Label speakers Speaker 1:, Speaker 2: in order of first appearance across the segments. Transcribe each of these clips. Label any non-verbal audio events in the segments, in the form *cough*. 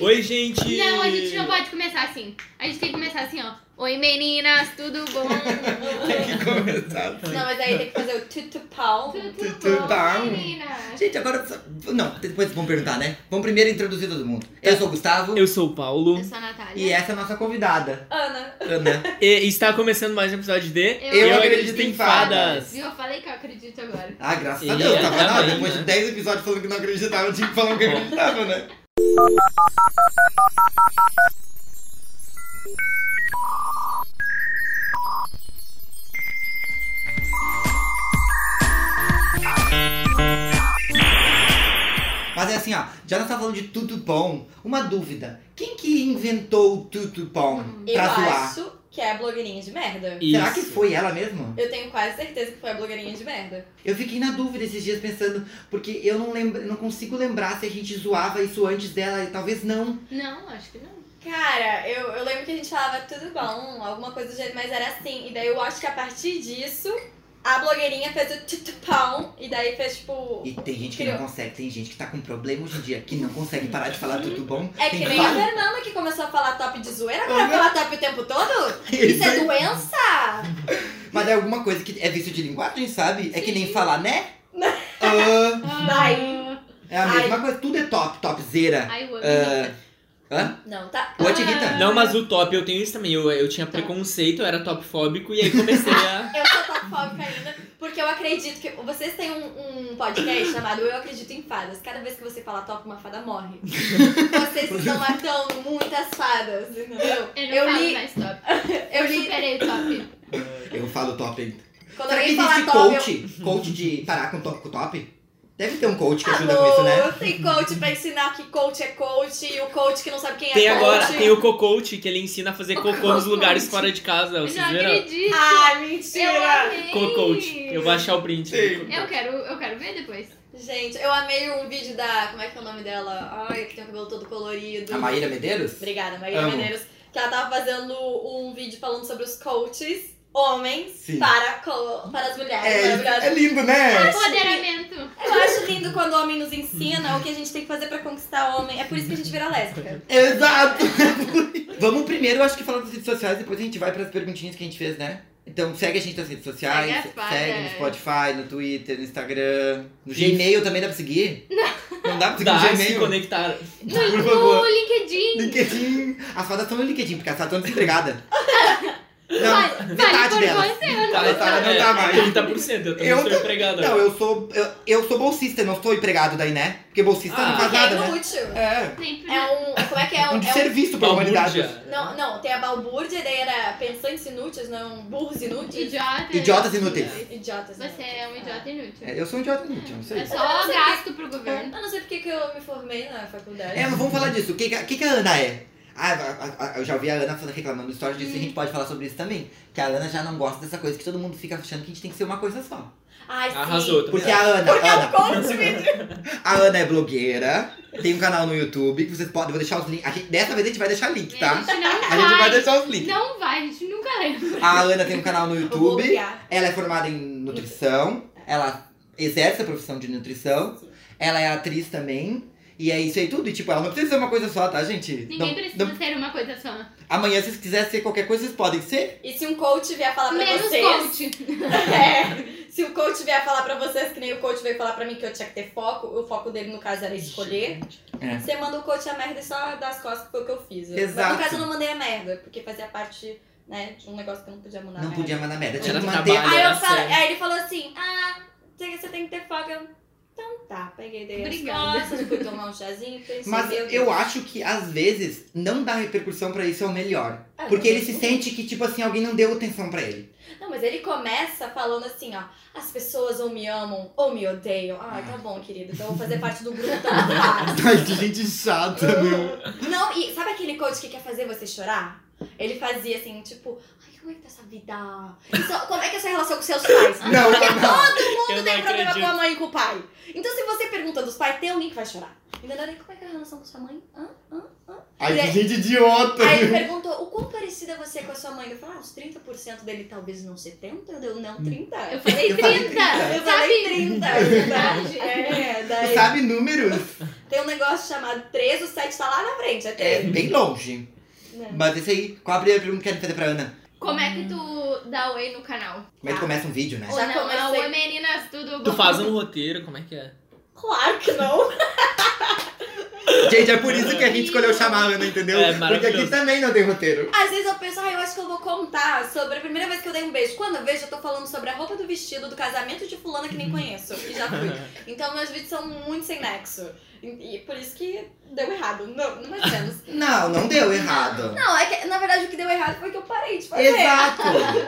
Speaker 1: Oi, gente!
Speaker 2: Não, a gente não pode começar assim. A gente tem que começar assim, ó. Oi meninas, tudo bom?
Speaker 3: *laughs*
Speaker 1: Tem que começar assim.
Speaker 4: Não, mas aí tem que fazer o tutupau.
Speaker 1: Tudo
Speaker 2: Tudo
Speaker 1: bom?
Speaker 2: bom, meninas?
Speaker 3: tá um Gente, agora. Não, depois vão perguntar, né? Vamos primeiro introduzir todo mundo. Eu sou o Gustavo
Speaker 5: Eu sou o Paulo
Speaker 2: Eu sou a Natália.
Speaker 3: e essa é a nossa convidada,
Speaker 4: Ana.
Speaker 3: Ana.
Speaker 5: e está começando mais um episódio de
Speaker 3: Eu acredito em
Speaker 5: fadas.
Speaker 2: Viu? Eu falei que eu acredito agora.
Speaker 3: Ah, graças
Speaker 5: E
Speaker 3: a Deus,
Speaker 5: a
Speaker 3: tava
Speaker 5: minha
Speaker 3: lá.
Speaker 5: mãe,
Speaker 3: Depois
Speaker 5: né?
Speaker 3: de 10 episódios falando que não acreditava, tinha que falar que acreditava, né? Mas é assim, ó, já nós tá falando de tudo bom. Uma dúvida. Quem que inventou o tudo bom
Speaker 4: Eu
Speaker 3: pra zoar?
Speaker 4: acho que é a blogueirinha de merda.
Speaker 3: Será que
Speaker 5: Isso.
Speaker 3: foi ela mesma?
Speaker 4: Eu tenho quase certeza que foi a blogueirinha de merda.
Speaker 3: Eu fiquei na dúvida esses dias pensando, porque eu não lembro, não consigo lembrar se a gente zoava isso antes dela, e talvez não.
Speaker 2: Não, acho que não.
Speaker 4: Cara, eu, eu lembro que a gente falava tudo bom, alguma coisa do jeito, mas era assim. E daí eu acho que a partir disso, a blogueirinha fez o tutupau. E daí fez tipo.
Speaker 3: E tem gente que não
Speaker 4: Criou.
Speaker 3: consegue, tem gente que tá com problema hoje em dia, que não
Speaker 4: *laughs*
Speaker 3: consegue parar de falar tudo bom.
Speaker 4: É
Speaker 3: tem
Speaker 4: que nem a
Speaker 3: vários-
Speaker 4: Fernanda que começou a falar top de zoeira, agora fala top o tempo todo? Isso é doença?
Speaker 3: Mas é alguma coisa que é vício de linguagem, sabe? É que nem falar,
Speaker 4: *laughs*
Speaker 3: né? Ah,
Speaker 4: Vai.
Speaker 3: é a mesma coisa, tudo é top, topzera.
Speaker 2: Ai, eu
Speaker 3: Ah, hã?
Speaker 4: Não, tá.
Speaker 3: What, Rita?
Speaker 5: Não, mas o top eu tenho isso também. Eu, eu tinha preconceito, eu era topfóbico e aí comecei
Speaker 4: *laughs*
Speaker 5: a.
Speaker 4: Eu sou topfóbica ainda, porque eu acredito que. Vocês têm um, um podcast chamado Eu Acredito em Fadas. Cada vez que você fala top, uma fada morre. Vocês estão matando muitas fadas, entendeu?
Speaker 2: Eu não
Speaker 4: Eu
Speaker 2: falo né?
Speaker 4: li-
Speaker 2: mais top.
Speaker 4: Eu li.
Speaker 2: superei o
Speaker 3: *laughs*
Speaker 2: top.
Speaker 3: Eu falo top ainda.
Speaker 4: Quando
Speaker 3: Será que
Speaker 4: alguém fala
Speaker 3: existe
Speaker 4: top, eu.
Speaker 3: coach? Coach de parar com top, com top? Deve ter um coach que ajuda com isso, né?
Speaker 4: Alô, tem coach pra ensinar que coach é coach e o coach que não sabe quem é
Speaker 5: Tem
Speaker 4: coach.
Speaker 5: agora, tem o cocote que ele ensina a fazer cocô nos lugares fora de casa.
Speaker 2: Eu
Speaker 5: Vocês
Speaker 2: não
Speaker 5: viram?
Speaker 2: acredito.
Speaker 4: Ai,
Speaker 2: eu
Speaker 4: mentira!
Speaker 2: amei.
Speaker 5: Cocote. Eu vou achar o print.
Speaker 3: Sim.
Speaker 2: Eu quero, eu quero ver depois.
Speaker 4: Gente, eu amei um vídeo da. Como é que é o nome dela? Ai, que tem o cabelo todo colorido.
Speaker 3: A Maíra Medeiros?
Speaker 4: Obrigada, Maria
Speaker 3: Amo.
Speaker 4: Medeiros. Que ela tava fazendo um vídeo falando sobre os coaches homens
Speaker 3: Sim.
Speaker 4: para, co- para as mulheres.
Speaker 3: É,
Speaker 4: maravilhosa.
Speaker 3: é lindo, né?
Speaker 2: Empoderamento.
Speaker 4: Eu acho lindo quando o homem nos ensina o que a gente tem que fazer pra conquistar homem. É por isso que a gente vira lésbica.
Speaker 3: Exato! Vamos primeiro, acho que falar das redes sociais, depois a gente vai pras perguntinhas que a gente fez, né? Então segue a gente nas redes sociais,
Speaker 2: Segue as
Speaker 3: segue,
Speaker 2: páginas.
Speaker 3: no Spotify, no Twitter, no Instagram, no
Speaker 5: Isso.
Speaker 3: Gmail também dá pra seguir? Não. dá pra seguir
Speaker 5: Dá
Speaker 3: no
Speaker 5: se
Speaker 3: Gmail?
Speaker 5: conectar.
Speaker 2: No,
Speaker 3: Por favor.
Speaker 2: no LinkedIn.
Speaker 3: LinkedIn. As fadas estão no LinkedIn, porque as fadas estão desempregadas.
Speaker 2: Vale,
Speaker 3: Não,
Speaker 2: vale
Speaker 3: metade
Speaker 2: por
Speaker 3: delas.
Speaker 2: você, eu
Speaker 3: Tá,
Speaker 2: não
Speaker 3: tá,
Speaker 5: É,
Speaker 3: não tá mais.
Speaker 5: 30%, eu também
Speaker 3: Eu
Speaker 5: sou
Speaker 3: tô-
Speaker 5: empregado.
Speaker 3: Não, eu sou. Eu, eu sou bolsista, não sou empregado daí, né? Porque bolsista
Speaker 5: Ah.
Speaker 3: não faz
Speaker 4: Porque
Speaker 3: *laughs*
Speaker 4: é
Speaker 3: nada, né?
Speaker 4: inútil.
Speaker 3: É.
Speaker 2: Nem por
Speaker 4: É um. Como é que é?
Speaker 3: Um
Speaker 4: Um, é um
Speaker 3: desserviço pra humanidade.
Speaker 5: Balbúrdia.
Speaker 4: não, não, tem a balbúrdia, daí era pensantes inúteis, não é um burros inúteis.
Speaker 2: idiota.
Speaker 3: Idiotas inúteis.
Speaker 4: Idiotas. né?
Speaker 2: Você é um idiota inútil.
Speaker 3: É, eu sou um idiota inútil, não sei.
Speaker 2: É só gasto pro governo.
Speaker 4: Eu não sei porque que eu me formei na faculdade.
Speaker 3: É, mas vamos falar disso. O que, que a- o que, que a Ana é? Ah, a- a- a- eu já ouvi a Ana falando- reclamando do story disso e a gente pode falar sobre isso também. Que a Ana já não gosta dessa coisa que todo mundo fica achando que a gente tem que ser uma coisa só.
Speaker 4: Ai, sim.
Speaker 5: Arrasou. tá também.
Speaker 3: Porque a Ana,
Speaker 4: Porque é um
Speaker 3: Ana,
Speaker 4: coach, vídeo.
Speaker 3: a Ana é blogueira, tem um canal no YouTube que vocês podem. Vou deixar os links. a gente- dessa vez a gente vai deixar link, tá?
Speaker 2: A gente não
Speaker 3: A gente vai
Speaker 2: vai.
Speaker 3: deixar os links.
Speaker 2: Não vai, a gente nunca lembra.
Speaker 3: A Ana tem um canal no
Speaker 4: Eu vou
Speaker 3: YouTube.
Speaker 4: bloquear.
Speaker 3: Ela é formada em nutrição. Ela exerce a profissão de nutrição. Ela é atriz também. E é isso aí tudo. E tipo, ela não precisa ser uma coisa só, tá, gente?
Speaker 2: Ninguém
Speaker 3: Não-
Speaker 2: precisa
Speaker 3: não-
Speaker 2: ser uma coisa só.
Speaker 4: Ah,
Speaker 3: Amanhã, se vocês quiserem ser qualquer coisa, vocês podem ser.
Speaker 4: E se um coach vier falar pra
Speaker 2: Menos
Speaker 4: vocês.
Speaker 2: coach.
Speaker 4: É, se o coach vier falar pra vocês, que nem o coach veio falar pra mim que eu tinha que ter foco, o foco dele no caso era escolher.
Speaker 3: É.
Speaker 4: Você manda o coach a merda e só dá as costas, que foi o que eu fiz.
Speaker 3: Exato.
Speaker 4: Mas no caso eu não mandei a merda, porque fazia parte, né, de um negócio que eu não podia mandar. a
Speaker 3: Não
Speaker 4: merda.
Speaker 3: podia mandar né, merda. Tinha
Speaker 5: Era
Speaker 3: que manter.
Speaker 5: trabalho.
Speaker 4: Aí, eu
Speaker 5: Olha,
Speaker 4: falo-
Speaker 5: sério.
Speaker 4: aí ele falou assim: ah, você você tem que ter foco. Eu, então tá, peguei daí
Speaker 2: Obrigada.
Speaker 4: as costas, fui tomar um chazinho, pensei.
Speaker 3: Mas
Speaker 4: meu Deus.
Speaker 3: eu acho que às vezes não dar repercussão pra isso é o melhor.
Speaker 4: Ah,
Speaker 3: Porque
Speaker 4: mas
Speaker 3: ele se
Speaker 4: eu-
Speaker 3: sente que, tipo assim, alguém não deu atenção pra ele.
Speaker 4: Não, mas ele começa falando assim, ó. As pessoas ou me amam ou me odeiam. Ah, tá bom, querido. Então eu vou fazer parte do grupo então vá.
Speaker 3: *laughs* Ai, que gente chata, meu.
Speaker 4: Não, e sabe aquele coach que quer fazer você chorar? Ele fazia assim, tipo, ai, como é que tá essa vida? E só- como é que é a sua relação com seus pais?
Speaker 3: Não, não, não.
Speaker 4: Todo
Speaker 5: Eu
Speaker 4: mundo tem
Speaker 5: não
Speaker 4: problema
Speaker 5: acredito.
Speaker 4: com a mãe e com o pai. Então se você pergunta dos pais, tem alguém que vai chorar. Entendeu? E como é que é a relação com sua mãe? Hã? Hã? Hã?
Speaker 3: Ai, que
Speaker 4: Ele-
Speaker 3: gente idiota!
Speaker 4: Aí ele perguntou, o quão parecida você é com a sua mãe? Eu falei, ah, uns 30% dele, talvez não 70%. Eu deu, não, 30%.
Speaker 2: Eu falei 30,
Speaker 4: Eu falei
Speaker 2: sabe?
Speaker 4: 30, é verdade. É, daí
Speaker 3: Sabe números?
Speaker 4: tem um negócio chamado 3, o 7 tá lá na frente, é né?
Speaker 3: É
Speaker 4: 3.
Speaker 3: bem longe.
Speaker 4: É.
Speaker 3: Mas esse aí, qual a primeira pergunta que querem fazer pra Ana?
Speaker 2: Como é que tu dá oi no canal?
Speaker 3: Como é que
Speaker 4: Tá.
Speaker 3: começa um vídeo, né?
Speaker 2: Ou
Speaker 4: Já
Speaker 2: não, é
Speaker 4: comecei.
Speaker 2: oi meninas, tudo bom?
Speaker 5: Tu faz um roteiro, como é que é?
Speaker 4: Claro que não.
Speaker 3: Gente, é por isso que a gente escolheu chamar a Ana, entendeu?
Speaker 5: É,
Speaker 3: Porque
Speaker 5: maravilhoso.
Speaker 3: aqui também não tem roteiro.
Speaker 4: *laughs* Às vezes eu penso, ah, eu acho que eu vou contar sobre a primeira vez que eu dei um beijo. Quando eu vejo, eu tô falando sobre a roupa do vestido do casamento de fulana que nem conheço. E já *laughs* fui. Então meus vídeos são muito sem nexo. E, e por isso que deu errado. Não, não mais *laughs* menos.
Speaker 3: Não, não deu errado.
Speaker 4: Não, é que na verdade o que deu errado foi que eu parei de fazer.
Speaker 3: Exato!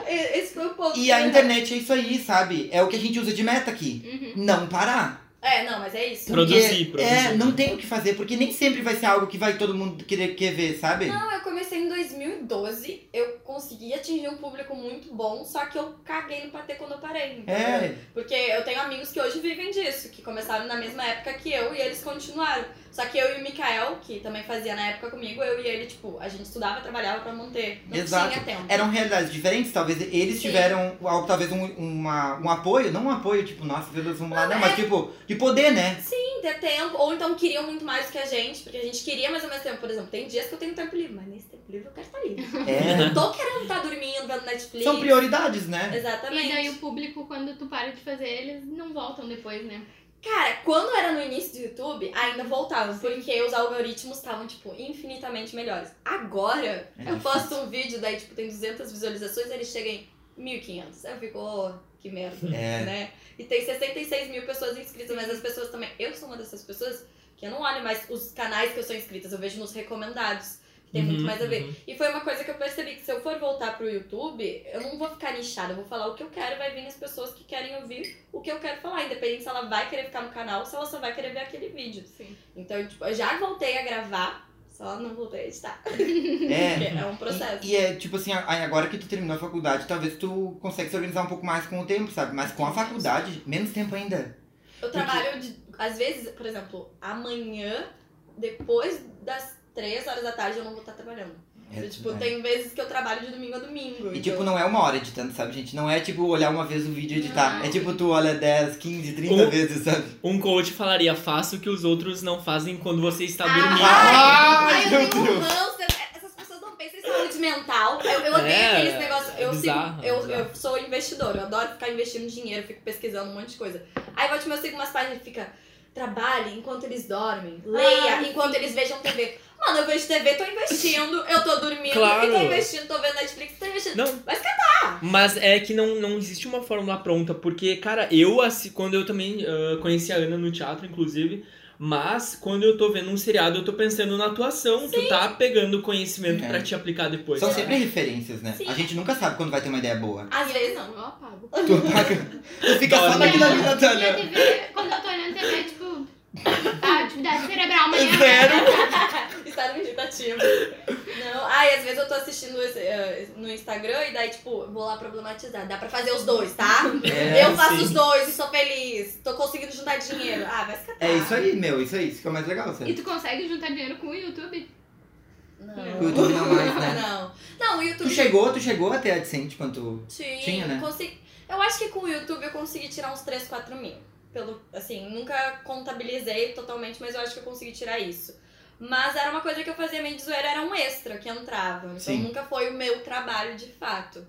Speaker 4: E- Esse foi o ponto.
Speaker 3: E a internet é isso aí, sabe? É o que a gente usa de meta aqui.
Speaker 2: Uhum.
Speaker 3: Não parar.
Speaker 4: É, não, mas é isso.
Speaker 5: Produzir,
Speaker 3: Porque,
Speaker 5: produzir.
Speaker 3: É, não tem o que fazer, porque nem sempre vai ser algo que vai todo mundo querer, querer ver, sabe?
Speaker 4: Não, eu comecei em 2012, eu consegui atingir um público muito bom, só que eu caguei no patê quando eu parei. entendeu?
Speaker 3: É,
Speaker 4: Porque eu tenho amigos que hoje vivem disso, que começaram na mesma época que eu e eles continuaram. Só que eu e o Mikael, que também fazia na época comigo, eu e ele, tipo, a gente estudava, trabalhava pra manter. Não
Speaker 3: Exato. um
Speaker 4: tinha tempo.
Speaker 3: eram realidades diferentes, talvez eles
Speaker 4: Sim.
Speaker 3: tiveram algo, talvez um, uma- um apoio, não um apoio, tipo, nossa, meu Deus, vamos lá, não,
Speaker 4: é.
Speaker 3: mas tipo, de poder,
Speaker 4: *laughs*
Speaker 3: né?
Speaker 4: Sim, ter tempo, ou então queriam muito mais do que a gente, porque a gente queria mais ou menos tempo. Por exemplo, tem dias que eu tenho tempo livre, mas nesse tempo livre eu quero
Speaker 3: *laughs*
Speaker 4: estar livre.
Speaker 3: É.
Speaker 5: Uhum.
Speaker 4: Tô querendo estar dormindo, vendo Netflix.
Speaker 3: São prioridades, né?
Speaker 4: Exatamente.
Speaker 2: E daí o público, quando tu para de fazer, eles não voltam depois, né?
Speaker 4: Cara, quando era no início do YouTube, ainda voltava, porque os algoritmos estavam, tipo, infinitamente melhores. Agora,
Speaker 3: É
Speaker 4: eu
Speaker 3: difícil.
Speaker 4: posto um vídeo, daí, tipo, tem 200 visualizações, ele chega em 1.500. Aí eu fico, oh, que merda, *laughs*
Speaker 3: É.
Speaker 4: né? E tem 66 mil pessoas inscritas, mas as pessoas também... Eu sou uma dessas pessoas que eu não olho mais os canais que eu sou inscritas, eu vejo nos recomendados. que Tem muito
Speaker 5: Uhum,
Speaker 4: mais a ver.
Speaker 5: uhum.
Speaker 4: E foi uma coisa que eu percebi que se eu for voltar pro YouTube, eu não vou ficar nichada, eu vou falar o que eu quero, vai vir as pessoas que querem ouvir o que eu quero falar, independente se ela vai querer ficar no canal ou se ela só vai querer ver aquele vídeo.
Speaker 2: Sim.
Speaker 4: Então, tipo, eu já voltei a gravar, só não voltei a editar.
Speaker 3: É.
Speaker 4: porque É um processo.
Speaker 3: E, e é tipo assim, aí agora que tu terminou a faculdade, talvez tu consegue se organizar um pouco mais com o tempo, sabe? Mas com a faculdade, menos tempo ainda.
Speaker 4: Eu trabalho, de- às vezes, por exemplo, amanhã, depois das três horas da tarde, eu não vou estar trabalhando.
Speaker 3: É,
Speaker 4: Eu, tipo,
Speaker 3: é.
Speaker 4: tem vezes que eu trabalho de domingo a domingo.
Speaker 3: E
Speaker 4: então-
Speaker 3: tipo, não é uma hora editando, sabe, gente? Não é tipo olhar uma vez o vídeo e editar.
Speaker 2: Não.
Speaker 3: É tipo, tu olha 10, 15, 30
Speaker 5: Um-
Speaker 3: vezes, sabe?
Speaker 5: Um coach falaria, faça o que os outros não fazem quando você está
Speaker 2: Ah,
Speaker 5: dormindo.
Speaker 3: Ai,
Speaker 4: Ai,
Speaker 3: meu
Speaker 4: eu tenho um
Speaker 3: Deus.
Speaker 4: ranço. Essas pessoas não pensam em saúde mental. Eu, eu odeio
Speaker 5: É,
Speaker 4: aqueles negócios.
Speaker 5: é
Speaker 4: Eu, sigo-
Speaker 5: bizarro, é
Speaker 4: eu,
Speaker 5: bizarro.
Speaker 4: eu sou investidora, eu adoro ficar investindo dinheiro, fico pesquisando um monte de coisa. Aí volta e meia, eu sigo umas páginas que fica. Trabalhe enquanto eles dormem. Leia
Speaker 2: Ai,
Speaker 4: enquanto eles vejam TV. Mano, eu vejo TV, tô investindo, eu tô dormindo,
Speaker 5: Claro.
Speaker 4: e tô investindo, tô vendo Netflix, tô investindo.
Speaker 5: Não.
Speaker 4: Mas
Speaker 5: Mas é que não, não existe uma fórmula pronta, porque, cara, eu, assim, quando eu também ah, conheci a Ana no teatro, inclusive, mas quando eu tô vendo um seriado, eu tô pensando na atuação, tu tá pegando conhecimento
Speaker 3: É.
Speaker 5: pra te aplicar depois.
Speaker 3: São
Speaker 5: sabe?
Speaker 3: sempre referências, né?
Speaker 4: Sim.
Speaker 3: A gente nunca sabe quando vai ter uma ideia boa.
Speaker 4: Às vezes não.
Speaker 2: *laughs* não, eu apago.
Speaker 3: Tu apaga. Tu fica só
Speaker 5: Dorme.
Speaker 3: naquela ali,
Speaker 2: Minha
Speaker 3: Natália.
Speaker 2: TV, quando eu tô olhando TV, é tipo. A atividade
Speaker 3: *laughs*
Speaker 2: cerebral amanhã.
Speaker 3: É Zero.
Speaker 4: Estado meditativo. um Não, ai, às vezes eu tô assistindo esse, eh, no Instagram e daí, tipo, vou lá problematizar. Dá pra fazer os dois, tá?
Speaker 3: É,
Speaker 4: eu faço
Speaker 5: sim.
Speaker 4: os dois e sou feliz. Tô conseguindo juntar dinheiro. Ah, vai se catar.
Speaker 3: É isso aí, meu. Isso aí. Isso que é o mais legal, sabe?
Speaker 2: E tu consegue juntar dinheiro com o YouTube?
Speaker 4: Não.
Speaker 3: O YouTube não mais, né?
Speaker 4: *laughs* Não. Não, o
Speaker 3: Tu
Speaker 4: YouTube.
Speaker 3: chegou, tu chegou até a AdSense quando tu...
Speaker 4: Sim,
Speaker 3: Tinha, né?
Speaker 4: consegui- Eu acho que com o YouTube eu consegui tirar uns 3, 4 mil. Pelo, assim, nunca contabilizei totalmente, mas eu acho que eu consegui tirar isso. Mas era uma coisa que eu fazia meio de zoeira, era um extra que entrava. Então
Speaker 3: Sim.
Speaker 4: nunca foi o meu trabalho de fato.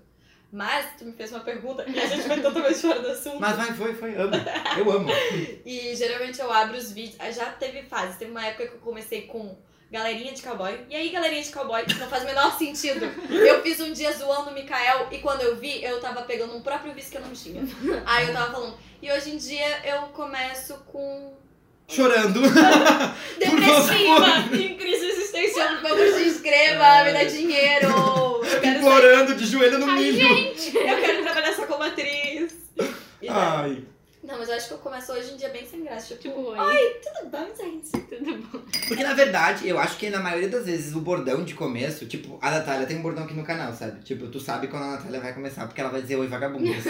Speaker 4: Mas tu me fez uma pergunta e a gente vai totalmente fora do assunto.
Speaker 3: Mas vai, foi, foi. Amo. Eu amo.
Speaker 4: E geralmente eu abro os vídeos. ah, Já teve fase, teve uma época que eu comecei com galerinha de cowboy. E aí, galerinha de cowboy, isso não faz o menor sentido. Eu fiz um dia zoando o Mikael e quando eu vi, eu tava pegando um próprio vício que eu não tinha. Aí eu tava falando. E hoje em dia eu começo com
Speaker 3: Chorando.
Speaker 4: depressiva, em crise existencial. Por favor, se inscreva, me dá dinheiro. Eu quero, sair-
Speaker 3: Implorando de joelho no
Speaker 2: Ai,
Speaker 3: milho.
Speaker 2: gente.
Speaker 4: eu quero trabalhar só como atriz. E
Speaker 3: Ai.
Speaker 4: Não, mas eu acho que eu começo hoje em dia bem sem graça. Tipo,
Speaker 2: Tipo, oi,
Speaker 4: tudo bom, gente?
Speaker 2: tudo bom?
Speaker 3: Porque na verdade, eu acho que na maioria das vezes o bordão de começo, tipo, a Natália tem um bordão aqui no canal, sabe? Tipo, tu sabe quando a Natália vai começar, porque ela vai dizer
Speaker 2: *laughs*
Speaker 3: oi vagabundos.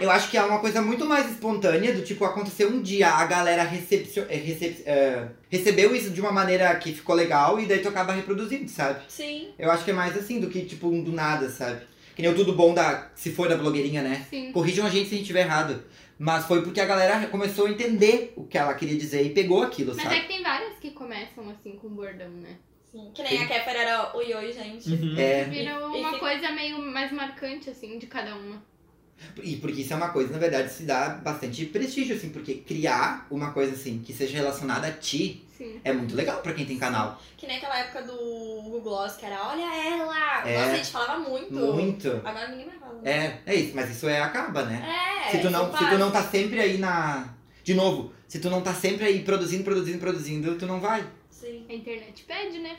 Speaker 3: eu acho que é uma coisa muito mais espontânea, do tipo, aconteceu um dia, a galera recepcio- eh, recep- eh, recebeu isso de uma maneira que ficou legal e daí tu acaba reproduzindo, sabe?
Speaker 4: Sim.
Speaker 3: Eu acho que é mais assim do que, tipo, um do nada, sabe? Que nem o tudo bom da. Se for da blogueirinha, né?
Speaker 2: Sim.
Speaker 3: Corrijam a gente se a gente tiver errado. Mas foi porque a galera começou a entender o que ela queria dizer e pegou aquilo,
Speaker 2: Mas
Speaker 3: sabe?
Speaker 2: é que tem várias que começam assim com bordão, né?
Speaker 4: Sim. Que nem a Kéfera era oi, oi, gente.
Speaker 5: Uhum.
Speaker 3: É.
Speaker 2: Virou
Speaker 4: E
Speaker 2: uma
Speaker 4: fica-
Speaker 2: coisa meio mais marcante, assim, de cada uma.
Speaker 3: E porque isso é uma coisa, na verdade, se dá bastante prestígio, assim, porque criar uma coisa assim que seja relacionada a ti
Speaker 2: Sim.
Speaker 3: é muito legal pra quem tem canal.
Speaker 4: Que nem aquela época do Google Gloss, que era olha ela.
Speaker 3: É.
Speaker 4: Nossa, a gente falava muito.
Speaker 3: Muito.
Speaker 4: Agora ninguém mais fala.
Speaker 3: É, é isso, mas isso é acaba, né?
Speaker 4: É,
Speaker 3: se tu não,
Speaker 4: isso
Speaker 3: se tu não
Speaker 4: passa.
Speaker 3: tá sempre aí na de novo, se tu não tá sempre aí produzindo, produzindo, produzindo, tu não vai.
Speaker 4: Sim.
Speaker 2: A internet pede, né?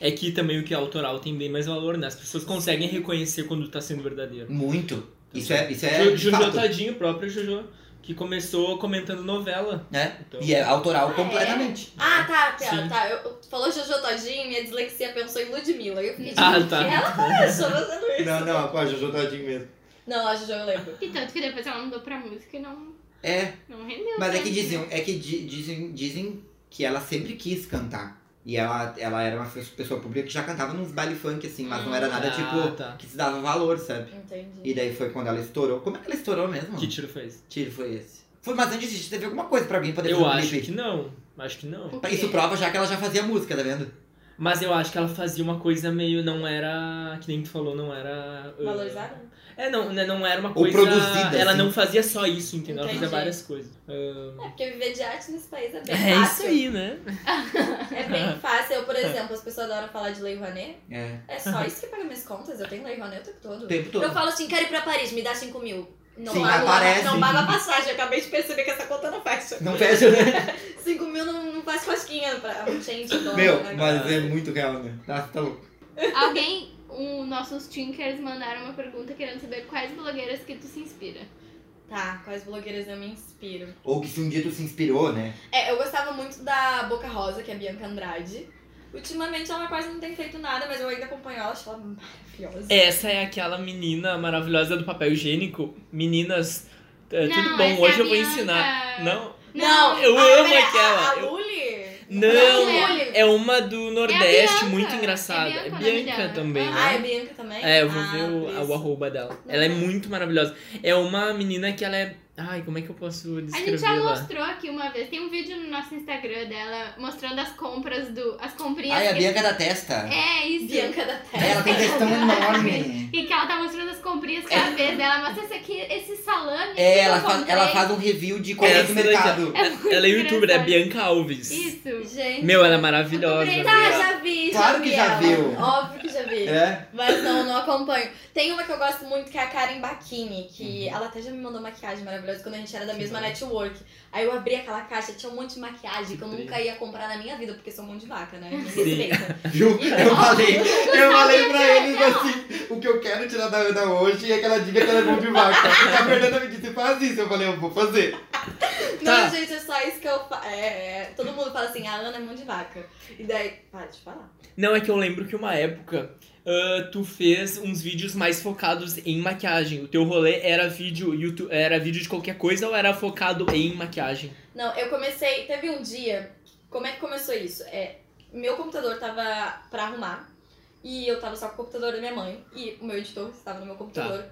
Speaker 5: É que também o que é autoral tem bem mais valor, né? As pessoas conseguem reconhecer quando tá sendo verdadeiro.
Speaker 3: Muito. Isso é, isso é
Speaker 5: Ju-
Speaker 3: de
Speaker 5: Jojo
Speaker 3: fato,
Speaker 5: Tadinho, próprio Jojo, que começou comentando novela.
Speaker 3: né?
Speaker 5: Então,
Speaker 3: E é autoral
Speaker 4: Ah, é?
Speaker 3: completamente.
Speaker 4: Ah, tá, pera,
Speaker 5: Sim.
Speaker 4: tá. Eu, eu- falou Jojo Todinho, minha dislexia pensou em Ludmilla. Eu fiquei tipo,
Speaker 5: Ah, tá.
Speaker 4: ela começou fazendo É isso.
Speaker 3: Não, não, a Jojo Tadinho mesmo.
Speaker 4: Não, a Jojo eu lembro.
Speaker 2: E tanto que depois ela mudou pra música e não,
Speaker 3: É,
Speaker 2: não rendeu.
Speaker 3: Mas é que
Speaker 2: tanto,
Speaker 3: diziam,
Speaker 2: né?
Speaker 3: é que di- dizem, dizem que ela sempre quis cantar. E ela, ela era uma pessoa pública que já cantava nos baile funk, assim, mas não era nada
Speaker 5: ah,
Speaker 3: tipo
Speaker 5: tá.
Speaker 3: que se dava valor, sabe?
Speaker 4: Entendi.
Speaker 3: E daí foi quando ela estourou. Como é que ela estourou mesmo?
Speaker 5: Que tiro foi esse?
Speaker 3: tiro foi esse? Foi, mas antes disso, teve alguma coisa pra alguém poder
Speaker 5: Eu
Speaker 3: fazer um
Speaker 5: acho
Speaker 3: clipe?
Speaker 5: que não. Acho que não.
Speaker 2: O quê?
Speaker 3: Isso prova já que ela já fazia música, tá vendo?
Speaker 5: Mas eu acho que ela fazia uma coisa meio. Não era. Que nem tu falou, não era. uh,
Speaker 4: Valorizada?
Speaker 5: É, não, né, não era uma
Speaker 3: Ou
Speaker 5: coisa.
Speaker 3: produzida,
Speaker 5: ela
Speaker 3: assim.
Speaker 5: não fazia só isso, entendeu? Ela
Speaker 4: Entendi.
Speaker 5: fazia várias coisas.
Speaker 4: É, porque viver de arte nesse país é bem
Speaker 5: É isso
Speaker 4: fácil.
Speaker 5: aí, né?
Speaker 4: É
Speaker 3: *laughs*
Speaker 4: bem fácil. Eu, por exemplo, as pessoas adoram falar de Lei Rouanet.
Speaker 3: É.
Speaker 4: É só isso que paga minhas contas. Eu tenho Lei Rouanet o tempo todo.
Speaker 3: O tempo todo.
Speaker 4: Eu falo assim, quero ir pra Paris, me dá 5 mil. Não
Speaker 3: Sim,
Speaker 4: pago,
Speaker 3: aparece.
Speaker 4: não pago a passagem. Eu acabei de perceber que essa conta não fecha.
Speaker 3: Não fecha, né?
Speaker 4: 5 mil não, não faz cosquinha pra gente. dólar,
Speaker 3: Meu,
Speaker 4: né?
Speaker 3: mas é muito real, né? Nossa, tá louco.
Speaker 2: Alguém, os nossos tinkers mandaram uma pergunta querendo saber quais blogueiras que tu se inspira.
Speaker 4: Tá, quais blogueiras eu me inspiro?
Speaker 3: Ou que se um dia tu se inspirou, né?
Speaker 4: É, eu gostava muito da Boca Rosa, que é a Bianca Andrade. Ultimamente ela quase não tem feito nada, mas eu ainda acompanho ela, acho ela maravilhosa.
Speaker 5: Essa é aquela menina maravilhosa do papel higiênico. Meninas, é,
Speaker 2: não,
Speaker 5: tudo
Speaker 2: essa
Speaker 5: bom,
Speaker 2: é
Speaker 5: hoje
Speaker 2: a
Speaker 5: eu vou
Speaker 2: Bianca.
Speaker 5: ensinar. Não?
Speaker 2: Não,
Speaker 5: eu
Speaker 4: a-
Speaker 5: amo
Speaker 4: pera,
Speaker 5: aquela.
Speaker 4: A, a
Speaker 5: Eu-
Speaker 4: Luli?
Speaker 5: Não,
Speaker 4: é a Luli.
Speaker 5: é uma do Nordeste,
Speaker 2: Bianca.
Speaker 5: muito engraçada.
Speaker 2: É Bianca o
Speaker 5: É
Speaker 2: nome
Speaker 5: Bianca
Speaker 2: dela.
Speaker 5: também,
Speaker 4: Ah, é
Speaker 5: né?
Speaker 4: Bianca também?
Speaker 5: É, eu vou
Speaker 4: Ah,
Speaker 5: ver
Speaker 4: por
Speaker 5: o,
Speaker 4: isso.
Speaker 5: o arroba dela. Ela é muito maravilhosa. É uma menina que ela é. Ai, como é que eu posso
Speaker 2: A gente já
Speaker 5: descrevê-la?
Speaker 2: mostrou aqui uma vez, tem um vídeo no nosso Instagram dela mostrando as compras do. as comprinhas.
Speaker 3: Ai, a
Speaker 2: que-
Speaker 3: Bianca da testa.
Speaker 2: assim, É isso.
Speaker 4: Bianca da
Speaker 3: É, Ela
Speaker 4: Terra.
Speaker 3: tem questão enorme.
Speaker 2: E que ela tá mostrando as comprinhas que ela fez dela. Mostra esse aqui, esse salame. aqui
Speaker 3: É,
Speaker 2: que eu
Speaker 3: ela faz,
Speaker 2: comprei.
Speaker 3: ela faz um review de qualquer
Speaker 5: Essa daqui, ó.
Speaker 3: mercado.
Speaker 2: É muito
Speaker 5: Ela é
Speaker 2: engraçado.
Speaker 5: youtuber, é Bianca Alves.
Speaker 2: Isso.
Speaker 4: Gente.
Speaker 5: Meu, ela é maravilhosa.
Speaker 2: Eu
Speaker 4: Tá, já vi, já
Speaker 3: Claro
Speaker 4: vi
Speaker 3: que já
Speaker 4: ela.
Speaker 3: viu.
Speaker 4: Óbvio que já vi.
Speaker 3: É?
Speaker 4: Mas não, não acompanho. Tem uma que eu gosto muito, que é a Karen Bacchini, que
Speaker 5: Uhum.
Speaker 4: ela até já me mandou maquiagem maravilhosa quando a gente era da mesma network. Aí eu abri aquela caixa, tinha um monte de maquiagem que eu nunca ia comprar na minha vida, porque sou mão de vaca, né? Me
Speaker 5: Sim. *laughs*
Speaker 4: respeita.
Speaker 3: Viu? Eu falei, eu falei pra eles assim, o que eu quero tirar da Ana hoje é que ela diga que ela é mão de vaca. A Fernanda me disse, faz isso. Eu falei, eu vou fazer.
Speaker 5: Tá.
Speaker 4: Não, gente, é só isso que eu fa... é, é, Todo mundo fala assim, a Ana é mão de vaca. E daí, para de falar.
Speaker 5: Não, é que eu lembro que uma época ah, tu fez uns vídeos mais focados em maquiagem. O teu rolê era vídeo, YouTube, era vídeo de qualquer coisa ou era focado em maquiagem?
Speaker 4: Não, eu comecei, teve um dia, como é que começou isso? É, meu computador tava pra arrumar, e eu tava só com o computador da minha mãe, e o meu editor estava no meu computador.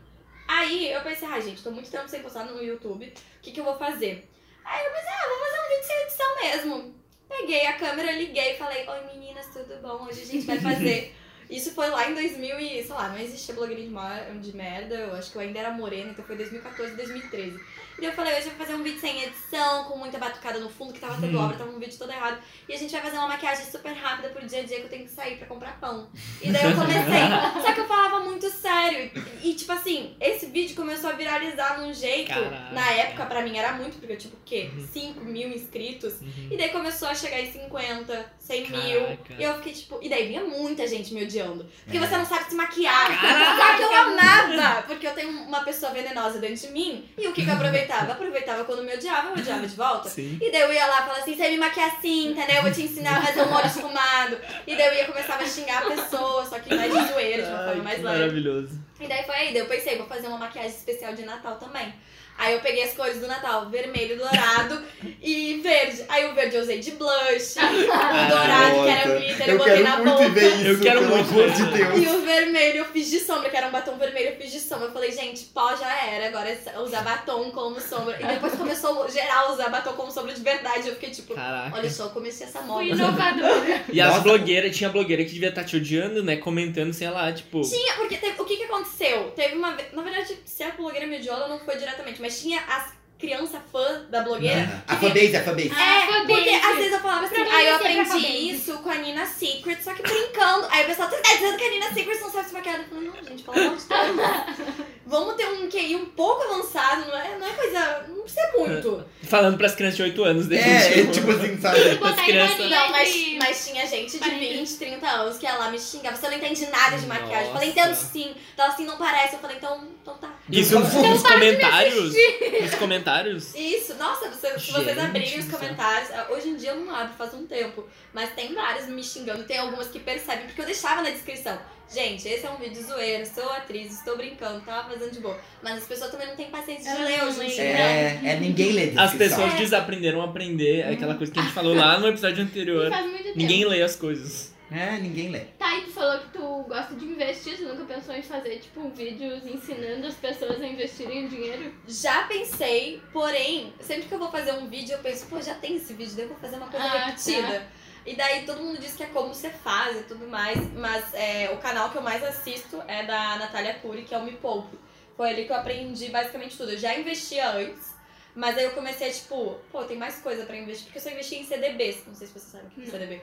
Speaker 4: Aí eu pensei, ai gente, tô muito tempo sem postar no YouTube, o que que eu vou fazer? Aí eu pensei, ah, vou fazer um vídeo sem edição mesmo. Peguei a câmera, liguei e falei, oi meninas, tudo bom? Hoje a gente vai fazer... Isso foi lá em 2000 e, sei lá, não existia blogueirinha de, mar- de merda, eu acho que eu ainda era morena, então foi 2014, 2013. E eu falei, hoje eu vou fazer um vídeo sem edição, com muita batucada no fundo, que tava tendo obra, tava um vídeo todo errado. E a gente vai fazer uma maquiagem super rápida pro dia a dia que eu tenho que sair pra comprar pão. E daí eu comecei. Só que eu falava muito sério. E, tipo assim, esse vídeo começou a viralizar num jeito.
Speaker 5: Caraca.
Speaker 4: Na época, pra mim, era muito, porque eu tinha, tipo, o quê?
Speaker 5: Uhum.
Speaker 4: 5 mil inscritos. E daí começou a chegar em 50, 100 mil.
Speaker 5: Caraca. É.
Speaker 4: E eu fiquei, tipo, e daí vinha muita gente me odiando. Porque você não sabe se maquiar. Só que eu amava, porque eu tenho uma pessoa venenosa dentro de mim. E o que, que eu aproveitava? Aproveitava quando me odiava, eu odiava de volta.
Speaker 5: Sim.
Speaker 4: E daí eu ia lá e falava assim, você vai me maquiar assim, entendeu? Eu vou te ensinar a fazer um molho esfumado. E daí eu ia começava a xingar a pessoa, só que mais de zoeira, de uma
Speaker 5: Ai,
Speaker 4: forma
Speaker 5: que
Speaker 4: mais leve.
Speaker 5: maravilhoso.
Speaker 4: E daí foi aí, daí eu pensei, vou fazer uma maquiagem especial de Natal também. Aí eu peguei as cores do Natal, vermelho, dourado e verde. Aí o verde eu usei de blush, o dourado, que era
Speaker 3: Nossa, Ah,
Speaker 4: glitter, eu,
Speaker 3: Eu
Speaker 4: botei
Speaker 3: quero
Speaker 4: na boca.
Speaker 3: muito ver isso,
Speaker 5: Eu quero
Speaker 3: pelo
Speaker 5: muito
Speaker 3: amor
Speaker 5: ver.
Speaker 3: de Deus.
Speaker 4: E o vermelho eu fiz de sombra, que era um batom vermelho, eu fiz de sombra. Eu falei, gente, pó já era, agora é usar batom como sombra. E depois começou geral a usar batom como sombra de verdade. Eu fiquei tipo,
Speaker 5: Caraca.
Speaker 4: olha só, eu comecei essa
Speaker 2: Fui
Speaker 5: *laughs*
Speaker 4: moda.
Speaker 2: inovadora.
Speaker 5: E as
Speaker 3: Nossa.
Speaker 5: blogueiras, tinha blogueira que devia estar te odiando, né? Comentando, sei lá, tipo.
Speaker 4: Tinha, porque teve- o que que aconteceu? Teve uma vez, na verdade, se a blogueira me odiou, ela não foi diretamente, mas tinha as crianças fã da blogueira
Speaker 3: A fanbase, a fanbase.
Speaker 2: Ah,
Speaker 4: É,
Speaker 2: fodente.
Speaker 4: porque às vezes eu falava assim,
Speaker 2: Pra mim,
Speaker 4: aí eu
Speaker 2: sempre
Speaker 4: aprendi
Speaker 2: fodente.
Speaker 4: isso com a Nina Secret, só que brincando. Aí o pessoal, você tá dizendo que a Nina Secret não sabe se maquiar? Eu falei, não, gente, pelo amor de Deus.
Speaker 2: *laughs*
Speaker 4: Vamos ter um QI um pouco avançado, não é, não é coisa, não precisa muito.
Speaker 5: Falando pras crianças de 8 anos, desse
Speaker 3: É,
Speaker 5: tipo.
Speaker 3: é tipo assim, sabe?
Speaker 2: Botar em
Speaker 5: crianças-
Speaker 2: mania
Speaker 4: Não, mas,
Speaker 2: de-
Speaker 4: mas tinha gente de
Speaker 2: Mas-
Speaker 4: 20, 30 anos que ia lá me xingava, você não entende nada de maquiagem. Eu falei,
Speaker 5: Nossa.
Speaker 4: entendo sim. Ela assim, não parece. Eu falei, então, então tá.
Speaker 5: Isso é um nos,
Speaker 3: Então
Speaker 5: nos comentários. Nos comentários.
Speaker 4: Isso, nossa, você- se vocês
Speaker 5: Gente
Speaker 4: abrirem os
Speaker 5: do céu.
Speaker 4: comentários, ah, hoje em dia eu não abro, faz um tempo, mas tem várias me xingando, tem algumas que percebem, porque eu deixava na descrição. Gente, esse é um vídeo zoeiro, sou atriz, estou brincando, tava fazendo de boa. Mas as pessoas também não têm paciência de
Speaker 2: Elas
Speaker 4: ler
Speaker 2: não
Speaker 4: hoje em
Speaker 2: leem.
Speaker 4: dia.
Speaker 3: É, é ninguém lê
Speaker 5: As
Speaker 3: descrição.
Speaker 5: pessoas
Speaker 4: É.
Speaker 5: desaprenderam a aprender é aquela coisa que a gente falou lá no episódio anterior.
Speaker 2: Faz muito tempo.
Speaker 5: Ninguém lê as coisas.
Speaker 3: É, ninguém lê.
Speaker 2: Tá, e tu falou que tu gosta de investir, tu nunca pensou em fazer, tipo, vídeos ensinando as pessoas a investirem o dinheiro?
Speaker 4: Já pensei, porém, sempre que eu vou fazer um vídeo, eu penso, pô, já tem esse vídeo, daí eu vou fazer uma coisa
Speaker 2: Ah, tá.
Speaker 4: repetida. E daí todo mundo diz que é como você faz e tudo mais, mas é, o canal que eu mais assisto é da Natália Cury, que é o Me Poupe. Foi ali que eu aprendi basicamente tudo. Eu já investia antes, mas aí eu comecei a, tipo, pô, tem mais coisa pra investir, porque eu só investi em CDBs, não sei se vocês sabem o que é
Speaker 2: Não.
Speaker 4: CDB.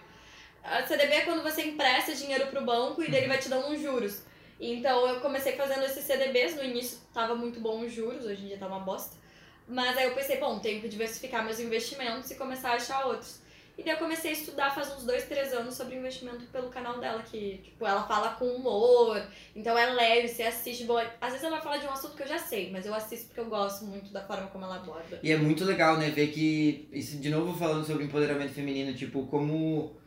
Speaker 4: A CDB é quando você empresta dinheiro pro banco e daí ele vai te dando uns juros. Então eu comecei fazendo esses CDBs, no início tava muito bom os juros, hoje em dia tá uma bosta. Mas aí eu pensei, bom, tenho que diversificar meus investimentos e começar a achar outros. E daí eu comecei a estudar faz uns dois, três anos sobre investimento pelo canal dela, que, tipo, ela fala com humor, então é leve, você assiste. Bom, às vezes ela fala de um assunto que eu já sei, mas eu assisto porque eu gosto muito da forma como ela aborda.
Speaker 3: E é muito legal, né, ver que, isso, de novo falando sobre empoderamento feminino, tipo, como,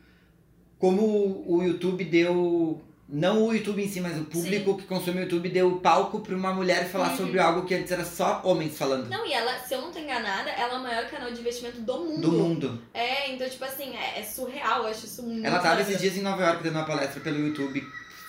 Speaker 3: como o YouTube deu, não o YouTube em si, mas o público que consome o YouTube deu palco pra uma mulher falar
Speaker 2: Uhum.
Speaker 3: sobre algo que antes era só homens falando.
Speaker 4: Não, e ela, se eu não tô enganada, ela é o maior canal de investimento do mundo.
Speaker 3: Do mundo.
Speaker 4: É, então, tipo assim, é, é surreal, eu acho isso muito
Speaker 3: Ela tá tava esses
Speaker 4: maravilhoso.
Speaker 3: dias em Nova York dando uma palestra pelo YouTube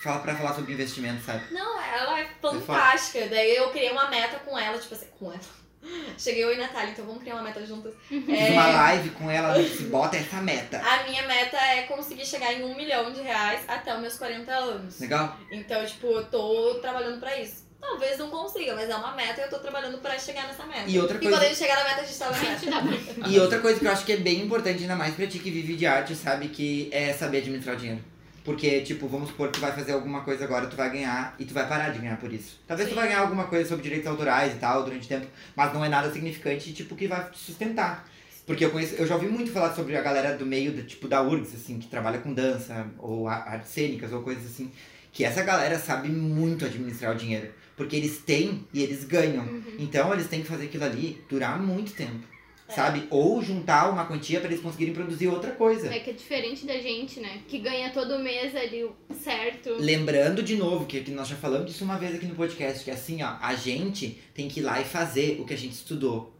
Speaker 3: fa- pra falar sobre investimento, sabe?
Speaker 4: Não, ela é fantástica. Daí eu criei uma meta com ela, tipo assim, com ela. *laughs* Cheguei eu e Natália, então vamos criar uma meta juntas.
Speaker 2: Uhum.
Speaker 3: Fiz
Speaker 4: É,
Speaker 3: uma live com ela, ela disse, bota essa meta.
Speaker 4: a minha meta é conseguir chegar em um milhão de reais até os meus 40 anos.
Speaker 3: Legal?
Speaker 4: Então, tipo, eu tô trabalhando pra isso. Talvez não consiga, mas é uma meta e eu tô trabalhando pra chegar nessa meta.
Speaker 3: E outra
Speaker 4: E
Speaker 3: coisa...
Speaker 4: quando a gente chegar na meta, a gente tá
Speaker 2: *laughs*
Speaker 4: na
Speaker 2: Gente,
Speaker 4: meta.
Speaker 2: dá pra...
Speaker 3: E
Speaker 5: Ah,
Speaker 3: outra coisa que eu acho que é bem importante, ainda mais pra ti que vive de arte, sabe, que é saber administrar o dinheiro. Porque, tipo, vamos supor que tu vai fazer alguma coisa agora, tu vai ganhar e tu vai parar de ganhar por isso. Talvez tu
Speaker 4: Sim.
Speaker 3: vai ganhar alguma coisa sobre direitos autorais e tal durante o tempo, mas não é nada significante, tipo, que vai te sustentar. Porque eu conheço, eu já ouvi muito falar sobre a galera do meio, do, tipo, da URGS, assim, que trabalha com dança, ou a- artes cênicas, ou coisas assim. Que essa galera sabe muito administrar o dinheiro. Porque eles têm e eles ganham.
Speaker 2: Uhum.
Speaker 3: Então eles têm que fazer aquilo ali durar muito tempo.
Speaker 4: É.
Speaker 3: Sabe? Ou juntar uma quantia pra eles conseguirem produzir outra coisa.
Speaker 2: É que é diferente da gente, né? Que ganha todo mês ali o certo.
Speaker 3: Lembrando de novo que, que nós já falamos disso uma vez aqui no podcast, que assim, ó, a gente tem que ir lá e fazer o que a gente estudou.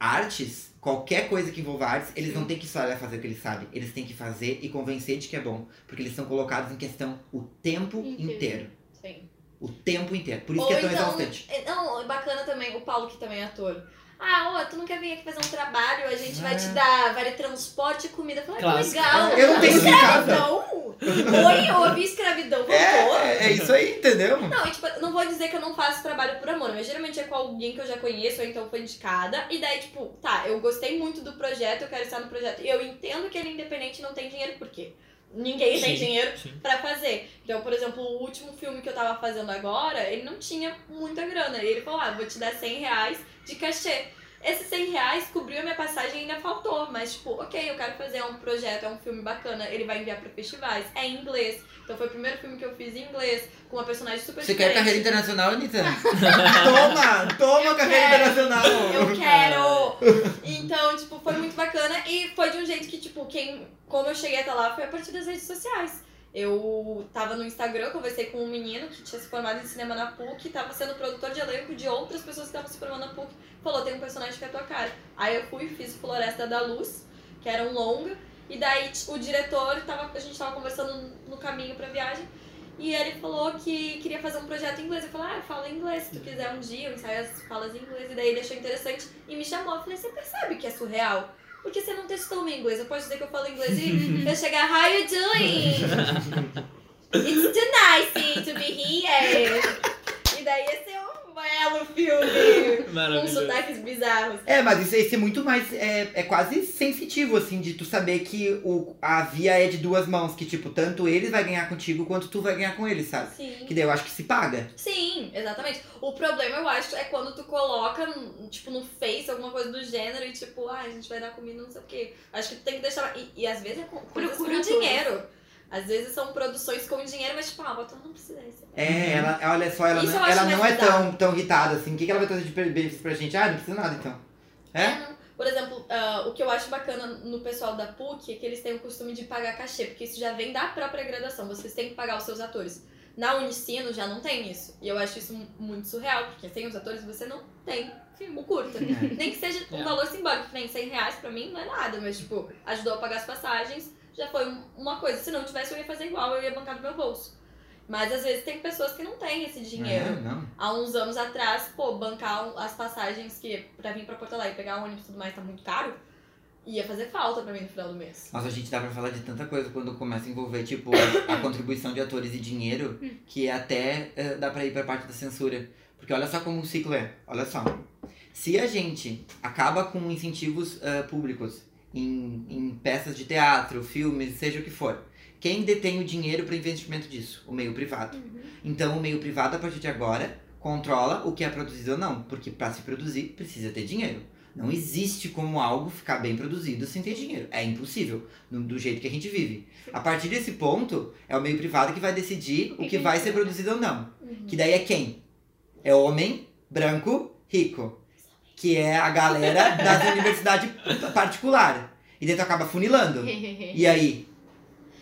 Speaker 3: Artes, qualquer coisa que envolva artes, eles
Speaker 4: Uhum.
Speaker 3: não têm que só ir lá fazer o que eles sabem. Eles têm que fazer e convencer de que é bom. Porque eles são colocados em questão o tempo
Speaker 2: Inteiro.
Speaker 3: inteiro.
Speaker 4: Sim.
Speaker 3: O tempo inteiro. Por isso
Speaker 4: Ou
Speaker 3: que é tão
Speaker 4: então.
Speaker 3: exaustante.
Speaker 4: é, Não, bacana também, o Paulo, que também é ator. Ah, ô, tu não quer vir aqui fazer um trabalho? A gente vai
Speaker 3: É.
Speaker 4: te dar vale transporte e comida. Eu falei, ah, que
Speaker 5: Clássico.
Speaker 4: legal.
Speaker 3: Eu não tenho isso em casa.
Speaker 4: Escravidão? Oi, eu ouvi escravidão, voltou?
Speaker 3: É, é isso aí, entendeu?
Speaker 4: Não, e tipo, eu não vou dizer que eu não faço trabalho por amor, mas geralmente é com alguém que eu já conheço, ou então foi indicada. E daí, tipo, tá, eu gostei muito do projeto, eu quero estar no projeto. E eu entendo que ele é independente e não tem dinheiro, por quê? Ninguém tem
Speaker 5: Sim,
Speaker 4: dinheiro
Speaker 5: sim.
Speaker 4: pra fazer. Então, por exemplo, o último filme que eu tava fazendo agora, ele não tinha muita grana. E ele falou, ah, vou te dar 100 reais de cachê. esses 100 reais cobriu a minha passagem e ainda faltou. Mas, tipo, ok, eu quero fazer um projeto, é um filme bacana, ele vai enviar pra festivais. É em inglês. Então foi o primeiro filme que eu fiz em inglês, com uma personagem super
Speaker 3: Você quer
Speaker 4: diferente.
Speaker 3: carreira internacional, Anitta? *laughs* toma! Toma
Speaker 4: Eu
Speaker 3: carreira
Speaker 4: quero.
Speaker 3: internacional!
Speaker 4: Eu quero! Então, tipo, foi muito bacana e foi de um jeito que, tipo, quem. Como eu cheguei até lá foi a partir das redes sociais. Eu tava no Instagram, conversei com um menino que tinha se formado em cinema na PUC, tava sendo produtor de elenco de outras pessoas que estavam se formando na PUC. Falou, tem um personagem que é a tua cara. Aí eu fui e fiz Floresta da Luz, que era um longa. E daí t- o diretor, tava, a gente tava conversando no caminho pra viagem. E ele falou que queria fazer um projeto em inglês. Eu falei, ah, eu falo inglês, se tu quiser um dia, eu ensaio as falas em inglês. E daí ele achou interessante e me chamou. Eu falei, você percebe que é surreal? Porque você não testou meu inglês. Eu posso dizer que eu falo inglês e eu chegar, how you doing? It's too nice to be here. E daí esse é um belo filme. Com
Speaker 5: Maravilhoso.
Speaker 4: sotaques bizarros.
Speaker 3: É, mas isso, isso é muito mais. É, é quase sensitivo, assim, de tu saber que o, a via é de duas mãos, que, tipo, tanto ele vai ganhar contigo quanto tu vai ganhar com ele, sabe?
Speaker 4: Sim.
Speaker 3: Que daí eu acho que se paga.
Speaker 4: Sim, exatamente. O problema, eu acho, é quando tu coloca, tipo, no Face, alguma coisa do gênero e tipo, ah, a gente vai dar comida, não sei o quê. Acho que tu tem que deixar... E, e às vezes é com, coisas
Speaker 2: Procura
Speaker 4: com
Speaker 2: tudo.
Speaker 4: dinheiro. Às vezes são produções com dinheiro, mas tipo, ah, bota, não precisa receber.
Speaker 3: É, ela, olha só, ela,
Speaker 4: Isso eu
Speaker 3: não,
Speaker 4: acho
Speaker 3: ela não é
Speaker 4: mais legal.
Speaker 3: tão, tão irritada assim. O que, que ela vai trazer de benefício pra gente? Ah, não precisa nada então. É?
Speaker 4: não. Por exemplo, ah, o que eu acho bacana no pessoal da PUC é que eles têm o costume de pagar cachê, porque isso já vem da própria graduação, vocês têm que pagar os seus atores. Na Unicino já não tem isso. E eu acho isso mu- muito surreal, porque sem os atores você não tem o curta. Nem que seja um
Speaker 5: É.
Speaker 4: valor simbólico, que nem 100 reais pra mim não é nada, mas tipo, ajudou a pagar as passagens, já foi um- uma coisa. Se não tivesse, eu ia fazer igual, eu ia bancar do meu bolso. Mas às vezes tem pessoas que não têm esse dinheiro
Speaker 3: É, não.
Speaker 4: há uns anos atrás, pô, bancar um- as passagens que pra vir pra Porto Alegre, pegar ônibus e tudo mais tá muito caro, ia fazer falta pra mim no final do mês.
Speaker 3: Nossa, a gente dá pra falar de tanta coisa quando começa a envolver, tipo, a contribuição de atores e dinheiro, que até eh, dá pra ir pra parte da censura. Porque olha só como o ciclo é. Olha só. Se a gente acaba com incentivos eh, públicos em, em peças de teatro, filmes, seja o que for, quem detém o dinheiro para investimento disso? O meio privado. Então, o meio privado, a partir de agora, controla o que é produzido ou não. Porque para se produzir, precisa ter dinheiro. Não existe como algo ficar bem produzido sem ter dinheiro. É impossível, no- do jeito que a gente vive. A partir desse ponto, é o meio privado que vai decidir o que vai ser produzido ou não. Que daí é quem? É homem, branco, rico. Que é a galera das universidades particular. E daí tu acaba funilando. E aí?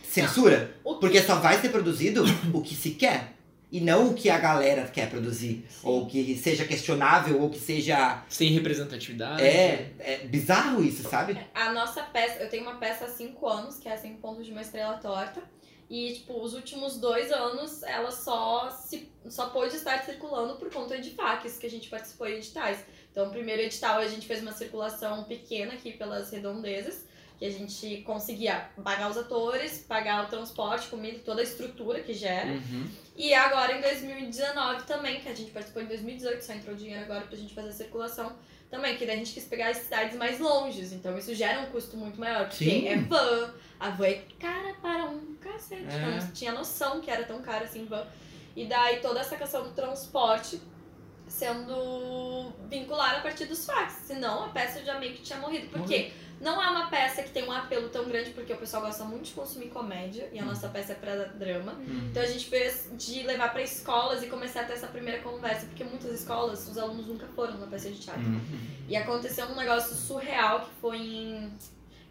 Speaker 3: Censura?
Speaker 4: Tá. O que-
Speaker 3: Porque só vai ser produzido o que se quer. E não o que a galera quer produzir. Ou que seja questionável, ou que seja.
Speaker 5: Sem
Speaker 4: Ah,
Speaker 5: representatividade.
Speaker 3: É, é bizarro isso, sabe?
Speaker 4: A nossa peça, eu tenho uma peça há 5 anos, que é a 5 pontos de uma estrela torta, e tipo, os últimos dois anos ela só se só pôde estar circulando por conta de facs que a gente participou em editais. Então, o primeiro edital a gente fez uma circulação pequena aqui pelas redondezas, que a gente conseguia pagar os atores, pagar o transporte, comida, toda a estrutura que gera.
Speaker 3: Uhum.
Speaker 4: E agora em 2019 também, que a gente participou em 2018, só entrou dinheiro agora pra gente fazer a circulação também, que daí a gente quis pegar as cidades mais longes, então isso gera um custo muito maior, porque
Speaker 3: Sim.
Speaker 4: é van, a van é cara para um cacete,
Speaker 3: É.
Speaker 4: eu não tinha noção que era tão cara assim van. E daí toda essa questão do transporte sendo vincular a partir dos fax, senão a peça já meio que tinha morrido, porque não é uma peça que tem um apelo tão grande, porque o pessoal gosta muito de consumir comédia,
Speaker 3: Hum.
Speaker 4: e a nossa peça é pra drama, então a gente fez de levar pra escolas e começar a ter essa primeira conversa, porque muitas escolas, os alunos nunca foram na peça de teatro.
Speaker 3: Uhum.
Speaker 4: E aconteceu um negócio surreal que foi em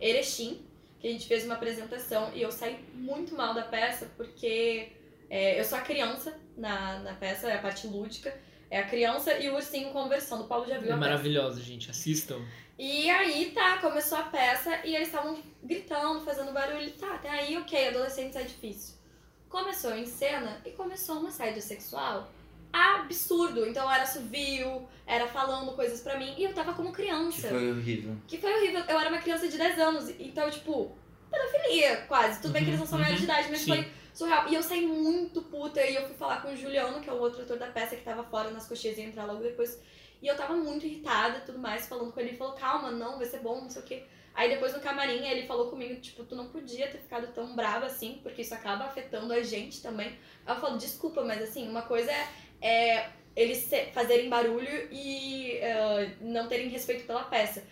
Speaker 4: Erechim, que a gente fez uma apresentação e eu saí muito mal da peça porque é, eu sou a criança na, na peça, é a parte lúdica. É a criança e o ursinho conversando. O Paulo já viu
Speaker 5: É
Speaker 4: a peça.
Speaker 5: maravilhoso, gente. Assistam.
Speaker 4: E aí, tá, começou a peça e eles estavam gritando, fazendo barulho. Tá, até aí, ok, adolescentes é difícil. Começou em cena e começou uma saída sexual absurdo. Então era assovio, era falando coisas pra mim e eu tava como
Speaker 3: Que
Speaker 4: criança.
Speaker 3: foi horrível.
Speaker 4: Que foi horrível. Eu era uma criança de 10 anos, então, tipo, pedofilia, quase. Tudo bem que eles não são maiores de idade, mas
Speaker 5: Sim.
Speaker 4: foi surreal. E eu saí muito puta e eu fui falar com o Juliano, que é o outro ator da peça que tava fora nas coxias e ia entrar logo depois. E eu tava muito irritada e tudo mais, falando com ele. Ele falou, calma, não, vai ser bom, não sei o quê. Aí depois no camarim ele falou comigo, tipo, tu não podia ter ficado tão brava assim, porque isso acaba afetando a gente também. Aí eu falo, desculpa, mas assim, uma coisa é, é eles se- fazerem barulho e ah, não terem respeito pela peça.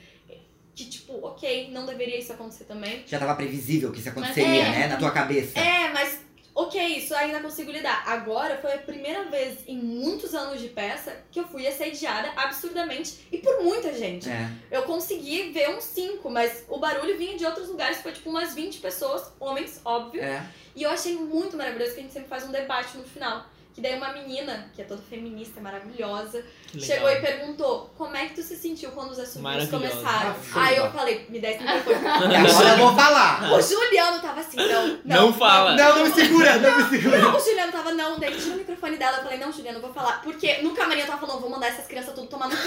Speaker 4: Que, tipo, ok, não deveria isso acontecer também.
Speaker 3: Já tava previsível que isso aconteceria,
Speaker 4: é.
Speaker 3: né? Na tua cabeça.
Speaker 4: É, mas ok, isso ainda consigo lidar. Agora foi a primeira vez em muitos anos de peça que eu fui assediada absurdamente e por muita gente.
Speaker 3: É.
Speaker 4: Eu consegui ver uns cinco, mas o barulho vinha de outros lugares, foi tipo umas 20 pessoas, homens, óbvio. *laughs*
Speaker 3: É.
Speaker 4: E eu achei muito maravilhoso que a gente sempre faz um debate no final. Que daí uma menina, que é toda feminista, maravilhosa,
Speaker 5: Legal.
Speaker 4: chegou e perguntou como é que tu se sentiu quando os assuntos
Speaker 5: Maravilhosa.
Speaker 4: começaram.
Speaker 3: Ah, show,
Speaker 4: Aí eu
Speaker 3: ó.
Speaker 4: falei, me dá esse microfone.
Speaker 3: E agora eu vou falar.
Speaker 4: o Juliano tava assim, não, não.
Speaker 5: Não fala.
Speaker 3: Não, não me segura, não me segura.
Speaker 4: Não, o Juliano tava, não, daí tira o microfone dela. Eu falei, não, Juliano, eu vou falar. Porque no camarim eu tava falando, vou mandar essas crianças tudo tomar no cu.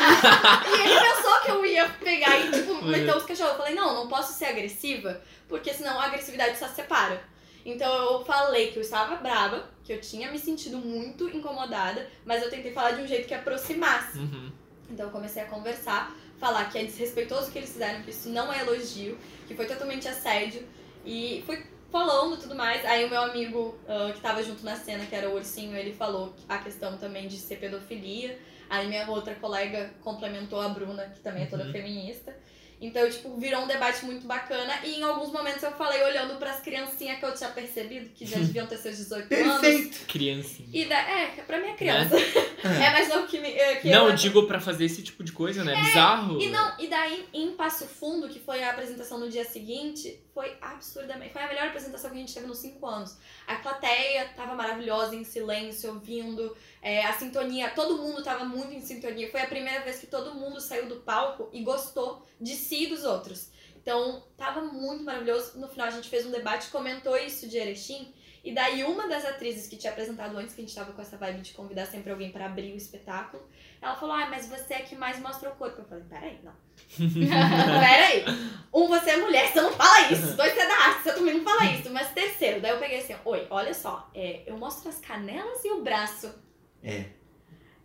Speaker 4: e ele pensou que eu ia pegar e, tipo, meter os cachorros. Eu falei, não, não posso ser agressiva, porque senão a agressividade só separa. Então eu falei que eu estava brava, que eu tinha me sentido muito incomodada, mas eu tentei falar de um jeito que aproximasse.
Speaker 5: *laughs* Uhum.
Speaker 4: Então eu comecei a conversar, falar que é desrespeitoso o que eles fizeram, que isso não é elogio, que foi totalmente assédio. E fui falando tudo mais. Aí o meu amigo ah, que tava junto na cena, que era o ursinho, ele falou a questão também de ser pedofilia. Aí minha outra colega complementou a Bruna, que também é toda
Speaker 5: Uhum.
Speaker 4: feminista. Então, tipo, virou um debate muito bacana. E em alguns momentos eu falei olhando pras criancinhas que eu tinha percebido, que já deviam ter seus 18 anos.
Speaker 3: Perfeito.
Speaker 5: Criancinha.
Speaker 4: E da, é, pra minha criança. *laughs* É mais novo que, me- eh, que
Speaker 5: Não,
Speaker 4: eu.
Speaker 5: eu digo pra fazer esse tipo de coisa, né? Bizarro.
Speaker 4: É, E não, e daí em Passo Fundo, que foi a apresentação no dia seguinte, foi absurdamente. Foi a melhor apresentação que a gente teve nos cinco anos. A plateia tava maravilhosa, em silêncio, ouvindo. é, a sintonia, todo mundo tava muito em sintonia. Foi a primeira vez que todo mundo saiu do palco e gostou de si e dos outros. Então, tava muito maravilhoso. No final, a gente fez um debate, comentou isso de Erechim. E daí, uma das atrizes que tinha apresentado antes, que a gente tava com essa vibe de convidar sempre alguém pra abrir o espetáculo, ela falou, ah, mas você é que mais mostra o corpo. Eu falei,
Speaker 5: *laughs*
Speaker 4: peraí, não. peraí. Um, você é mulher, você não fala isso. Dois, você é da arte, você também não fala isso. Mas terceiro, daí eu peguei assim, oi, olha só, é, eu mostro as canelas e o braço.
Speaker 3: É.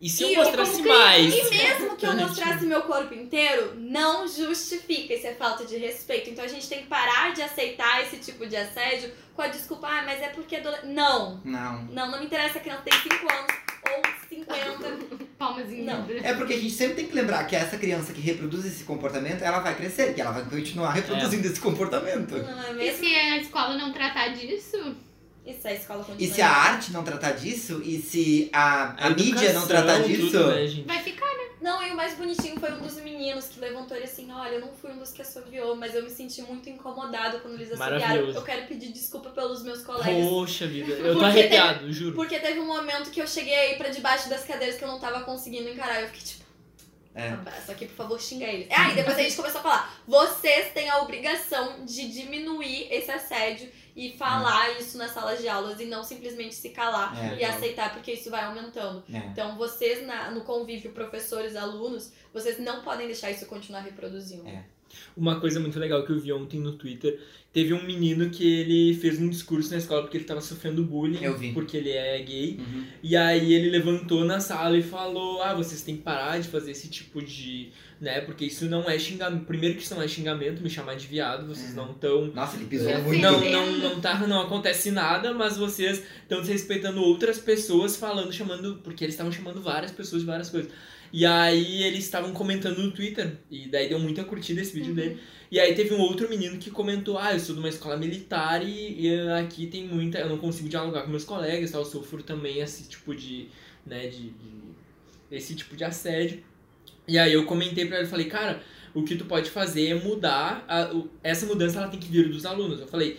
Speaker 5: E se eu
Speaker 4: E
Speaker 5: mostrasse
Speaker 4: como criança-
Speaker 5: mais?
Speaker 4: E mesmo que eu
Speaker 5: Tipo-
Speaker 4: mostrasse meu corpo inteiro, não justifica. Isso é falta de respeito. Então a gente tem que parar de aceitar esse tipo de assédio com a desculpa, ah, mas é porque... é adole-". Não,
Speaker 3: Não.
Speaker 4: não, não me interessa. A criança tem 5 anos ou 50.
Speaker 2: *laughs* Palmas em
Speaker 4: Não.
Speaker 2: vidro.
Speaker 3: É porque a gente sempre tem que lembrar que essa criança que reproduz esse comportamento, ela vai crescer, que ela vai continuar reproduzindo esse comportamento.
Speaker 4: Não é
Speaker 2: E
Speaker 4: mesmo?
Speaker 2: se a escola não tratar disso?
Speaker 4: Isso é a escola
Speaker 3: E
Speaker 4: continua.
Speaker 3: se a arte não tratar disso, e se a, a mídia não
Speaker 5: educação,
Speaker 3: tratar
Speaker 5: tudo,
Speaker 3: disso,
Speaker 5: né, gente?
Speaker 2: Vai ficar.
Speaker 4: Não, e o mais bonitinho foi um dos meninos que levantou ele assim: olha, eu não fui um dos que assoviou, mas eu me senti muito incomodado quando eles assoviaram.
Speaker 5: Maravilhoso.
Speaker 4: Eu quero pedir desculpa pelos meus colegas.
Speaker 5: Poxa vida, eu tô
Speaker 4: Porque
Speaker 5: arrepiado, juro.
Speaker 4: Porque teve um momento que eu cheguei aí pra debaixo das cadeiras que eu não tava conseguindo encarar. Eu fiquei tipo.
Speaker 3: É.
Speaker 4: Abraço aqui, por favor, xinga eles. Ah, e depois a gente começou a falar. Vocês têm a obrigação de diminuir esse assédio e falar isso nas salas de aulas e não simplesmente se calar
Speaker 3: Hum. É,
Speaker 4: e
Speaker 5: legal.
Speaker 4: aceitar, porque isso vai aumentando.
Speaker 3: né?
Speaker 4: Então, vocês na- no convívio, professores, alunos, vocês não podem deixar isso continuar reproduzindo.
Speaker 3: É.
Speaker 5: Uma coisa muito legal que eu vi ontem no Twitter, teve um menino que ele fez um discurso na escola porque ele tava sofrendo bullying,
Speaker 3: Eu vi.
Speaker 5: porque ele é gay.
Speaker 3: Uhum.
Speaker 5: E aí ele levantou na sala e falou: "Ah, vocês têm que parar de fazer esse tipo de, né? Porque isso não é xingamento. Primeiro que isso não é xingamento, me chamar de viado, vocês
Speaker 3: É.
Speaker 5: não estão
Speaker 3: Nossa, ele pisou
Speaker 2: Eu
Speaker 3: muito.
Speaker 5: não,
Speaker 2: entendo.
Speaker 5: não, não tá, não acontece nada, mas vocês estão desrespeitando outras pessoas falando, chamando, porque eles estavam chamando várias pessoas de várias coisas. E aí eles estavam comentando no Twitter, e daí deu muita curtida esse vídeo
Speaker 2: Uhum.
Speaker 5: dele. E aí teve um outro menino que comentou, ah, eu sou de uma escola militar e, e aqui tem muita, eu não consigo dialogar com meus colegas, tal, eu sofro também esse tipo de, né, de, de- esse tipo de assédio. E aí eu comentei pra ele, falei, cara, o que tu pode fazer é mudar, a- o- essa mudança ela tem que vir dos alunos. Eu falei,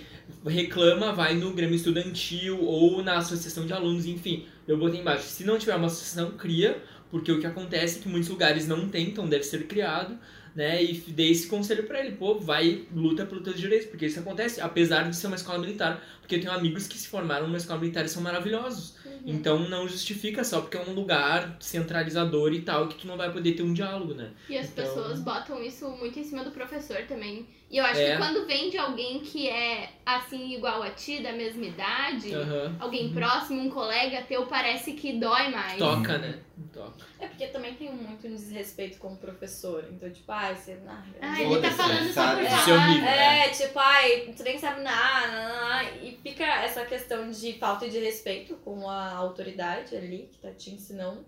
Speaker 5: reclama, vai no Grêmio Estudantil ou na associação de alunos, enfim. Eu botei embaixo. Se não tiver uma associação, cria, porque o que acontece é que muitos lugares não tem, então deve ser criado, né? E dei esse conselho pra ele, pô, vai, luta pelos teus direitos, porque isso acontece, apesar de ser uma escola militar, porque eu tenho amigos que se formaram numa escola militar e são maravilhosos.
Speaker 4: Uhum.
Speaker 5: Então não justifica só porque é um lugar centralizador e tal que tu não vai poder ter um diálogo, né?
Speaker 2: E as
Speaker 5: Então-
Speaker 2: pessoas botam isso muito em cima do professor também. E eu acho
Speaker 5: É.
Speaker 2: que quando vem de alguém que é assim igual a ti, da mesma idade,
Speaker 5: Aham.
Speaker 2: alguém próximo, um colega teu, parece que dói mais.
Speaker 3: Uhum.
Speaker 5: Toca, né? Toca.
Speaker 4: É porque também tem muito desrespeito com o professor. Então, tipo, ai, você. Ah,
Speaker 2: Ah, ele tá
Speaker 3: Foda-se,
Speaker 2: falando só por
Speaker 3: sabe?
Speaker 5: Isso é horrível.
Speaker 2: falar.
Speaker 4: É, tipo, ai, tu nem sabe nada. nã, nã, nã. E fica essa questão de falta de respeito com a autoridade ali que tá te ensinando.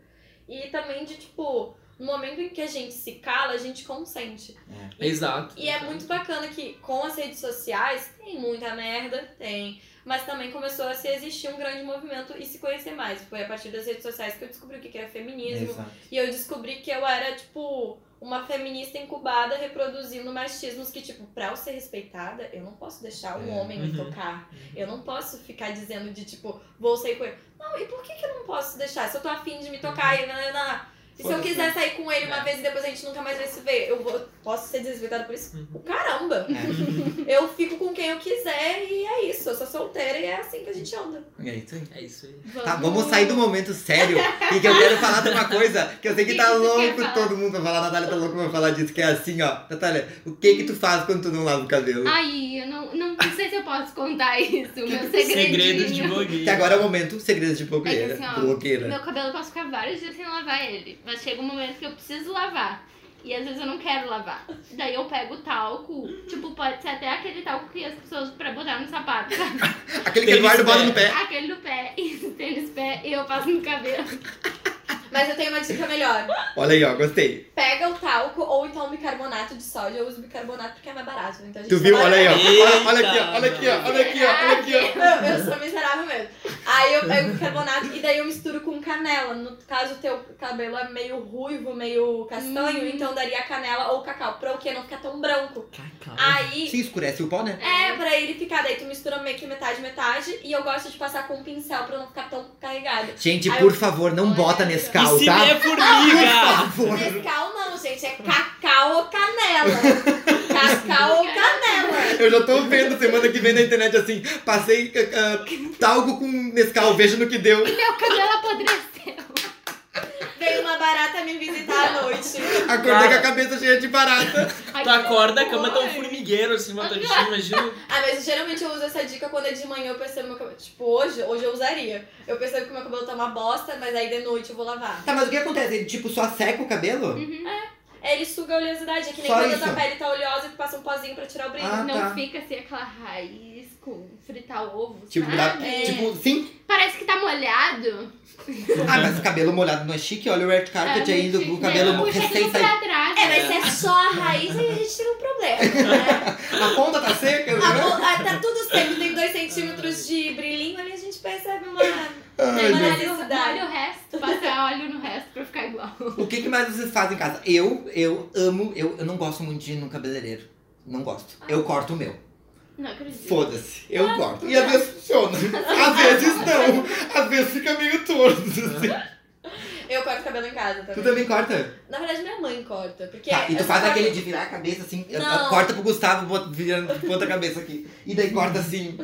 Speaker 4: E também de, tipo, no momento em que a gente se cala, a gente consente.
Speaker 5: Exato.
Speaker 4: E é muito bacana que com as redes sociais tem muita merda, tem. Mas também começou a se existir um grande movimento e se conhecer mais. Foi a partir das redes sociais que eu descobri o que que era feminismo.
Speaker 3: É, Exato.
Speaker 4: E eu descobri que eu era, tipo, uma feminista incubada reproduzindo machismos que, tipo, pra eu ser respeitada, eu não posso deixar um
Speaker 3: É.
Speaker 4: homem me
Speaker 5: Uhum.
Speaker 4: tocar. Eu não posso ficar dizendo de, tipo, vou sair com ele. Não, e por que, que eu não posso deixar? Se eu tô afim de me tocar e nananã. E se eu
Speaker 3: Foda-se.
Speaker 4: quiser sair com ele uma
Speaker 5: Uhum. É.
Speaker 4: vez e depois a gente nunca mais vai se ver, eu vou, posso ser desrespeitada por isso?
Speaker 5: Uhum.
Speaker 4: Caramba!
Speaker 3: É.
Speaker 4: Eu fico com quem eu quiser e é isso. Eu sou solteira e é assim que a gente anda.
Speaker 3: É isso aí.
Speaker 5: É isso aí.
Speaker 3: Tá, vamos sair do momento sério e que eu quero falar de uma coisa que eu sei que
Speaker 2: O que
Speaker 3: tá
Speaker 2: que tu
Speaker 3: louco
Speaker 2: quer falar?
Speaker 3: todo mundo vai falar. Natália tá louco pra falar disso, que é assim, ó. Natália, o que que tu faz quando tu não lava o cabelo?
Speaker 2: Aí, eu não, não sei se eu posso contar *laughs* isso, meu segredinho.
Speaker 5: Segredos de blogueira.
Speaker 3: Que agora é o momento segredo de blogueira.
Speaker 2: É que assim, ó,
Speaker 3: blogueira.
Speaker 2: Meu cabelo eu posso ficar vários dias sem lavar ele. Mas chega um momento que eu preciso lavar. E às vezes eu não quero lavar. Daí eu pego talco. Tipo, pode ser até aquele talco que as pessoas usam pra botar no sapato. sabe?
Speaker 3: Aquele que
Speaker 5: Tênis
Speaker 3: Eduardo bota
Speaker 5: pé.
Speaker 3: no pé.
Speaker 2: Aquele do pé, *laughs* isso, tênis pé, e eu passo no cabelo. *laughs*
Speaker 4: Mas eu tenho uma dica melhor.
Speaker 3: Olha aí, ó, gostei.
Speaker 4: pega o talco ou então o bicarbonato de sódio. Eu uso bicarbonato porque é mais barato. Então a gente
Speaker 3: Tu viu?
Speaker 4: trabalha-
Speaker 3: Olha aí, ó. Olha, olha
Speaker 5: Eita,
Speaker 3: aqui, ó. Olha aqui, ó. Olha aqui, ó. Olha aqui, ó.
Speaker 4: Eu, *laughs* eu sou miserável mesmo. Aí eu pego o bicarbonato e daí eu misturo com canela. No caso, o teu cabelo é meio ruivo, meio castanho,
Speaker 2: Hum.
Speaker 4: então daria canela ou cacau. Pra o quê? Não ficar tão branco.
Speaker 5: Cacau.
Speaker 4: Aí.
Speaker 3: Ah, Sim, escurece o pó, né?
Speaker 4: É, pra ele ficar. Daí tu mistura meio que metade, metade. E eu gosto de passar com um pincel pra não ficar tão carregado.
Speaker 3: Gente,
Speaker 4: Ai,
Speaker 3: por
Speaker 4: eu-
Speaker 3: favor, não
Speaker 4: Olha.
Speaker 3: bota Nescau,
Speaker 5: e se
Speaker 3: tá?
Speaker 5: é formiga?
Speaker 3: Por favor.
Speaker 4: Nescau não, gente. É cacau
Speaker 3: *laughs*
Speaker 4: ou canela. Cacau ou canela.
Speaker 3: Eu já tô vendo semana que vem na internet assim, passei ah, ah, talco com Nescau, veja no que deu.
Speaker 2: Meu cabelo apodreceu.
Speaker 4: Veio uma barata me *laughs* visitar à noite.
Speaker 3: Acordei
Speaker 5: Cara.
Speaker 3: com a cabeça cheia de barata.
Speaker 2: Ai,
Speaker 5: Tu
Speaker 2: que
Speaker 5: acorda, a
Speaker 2: horror.
Speaker 5: cama tá um formigueiro assim, uma tortinha, imagina.
Speaker 4: Ah, mas geralmente eu uso essa dica quando é de manhã eu percebo meu cabelo. Tipo, hoje, hoje eu usaria. Eu percebo que meu cabelo tá uma bosta, mas aí de noite eu vou lavar.
Speaker 3: Tá, mas o que acontece? Ele, tipo, só seca o cabelo?
Speaker 4: É, ele suga a oleosidade, é que nem
Speaker 3: Só
Speaker 4: quando a
Speaker 3: isso?
Speaker 4: tua pele tá oleosa e tu passa um pozinho pra tirar o brilho.
Speaker 3: Ah,
Speaker 2: Não
Speaker 3: tá.
Speaker 2: fica assim aquela raiz com fritar ovo,
Speaker 3: Tipo, dá-
Speaker 2: sabe?
Speaker 3: tipo, sim.
Speaker 2: Parece que tá molhado.
Speaker 3: Ah, mas cabelo molhado não é chique? Olha o red carpet
Speaker 2: É,
Speaker 3: ainda,
Speaker 2: muito
Speaker 3: o
Speaker 2: chique.
Speaker 3: cabelo
Speaker 2: Não,
Speaker 3: mo-
Speaker 2: puxa aquilo
Speaker 3: recém saído.
Speaker 2: pra trás.
Speaker 4: É,
Speaker 2: né?
Speaker 4: mas se é só a raiz, aí a gente tem um
Speaker 3: *laughs*
Speaker 4: problema, né?
Speaker 3: A ponta tá seca,
Speaker 4: A
Speaker 3: né?
Speaker 4: bo- ah, tá tudo seco, tem dois centímetros de brilhinho, ali a gente
Speaker 3: *laughs*
Speaker 4: percebe uma,
Speaker 3: Ai,
Speaker 4: uma
Speaker 3: meu.
Speaker 4: necessidade.
Speaker 2: Olha o resto, passa óleo no resto pra ficar igual.
Speaker 3: O que, que mais vocês fazem em casa? Eu, eu amo, eu, eu não gosto muito de ir num cabeleireiro. Não gosto.
Speaker 4: Ah.
Speaker 3: Eu corto o meu.
Speaker 2: Não acredito.
Speaker 3: Foda-se. Eu corto. E às vezes funciona. Às vezes não. Às vezes fica meio torto. assim.
Speaker 4: Eu corto cabelo em casa também.
Speaker 3: Ah. Tu também corta?
Speaker 4: Na verdade, minha mãe corta, porque...
Speaker 3: Tá, e tu
Speaker 4: eu
Speaker 3: faz
Speaker 4: só-
Speaker 3: aquele de virar a cabeça assim. eu- eu-
Speaker 4: Não.
Speaker 3: Corta pro Gustavo, bota- virando ponta a cabeça aqui. E daí corta assim.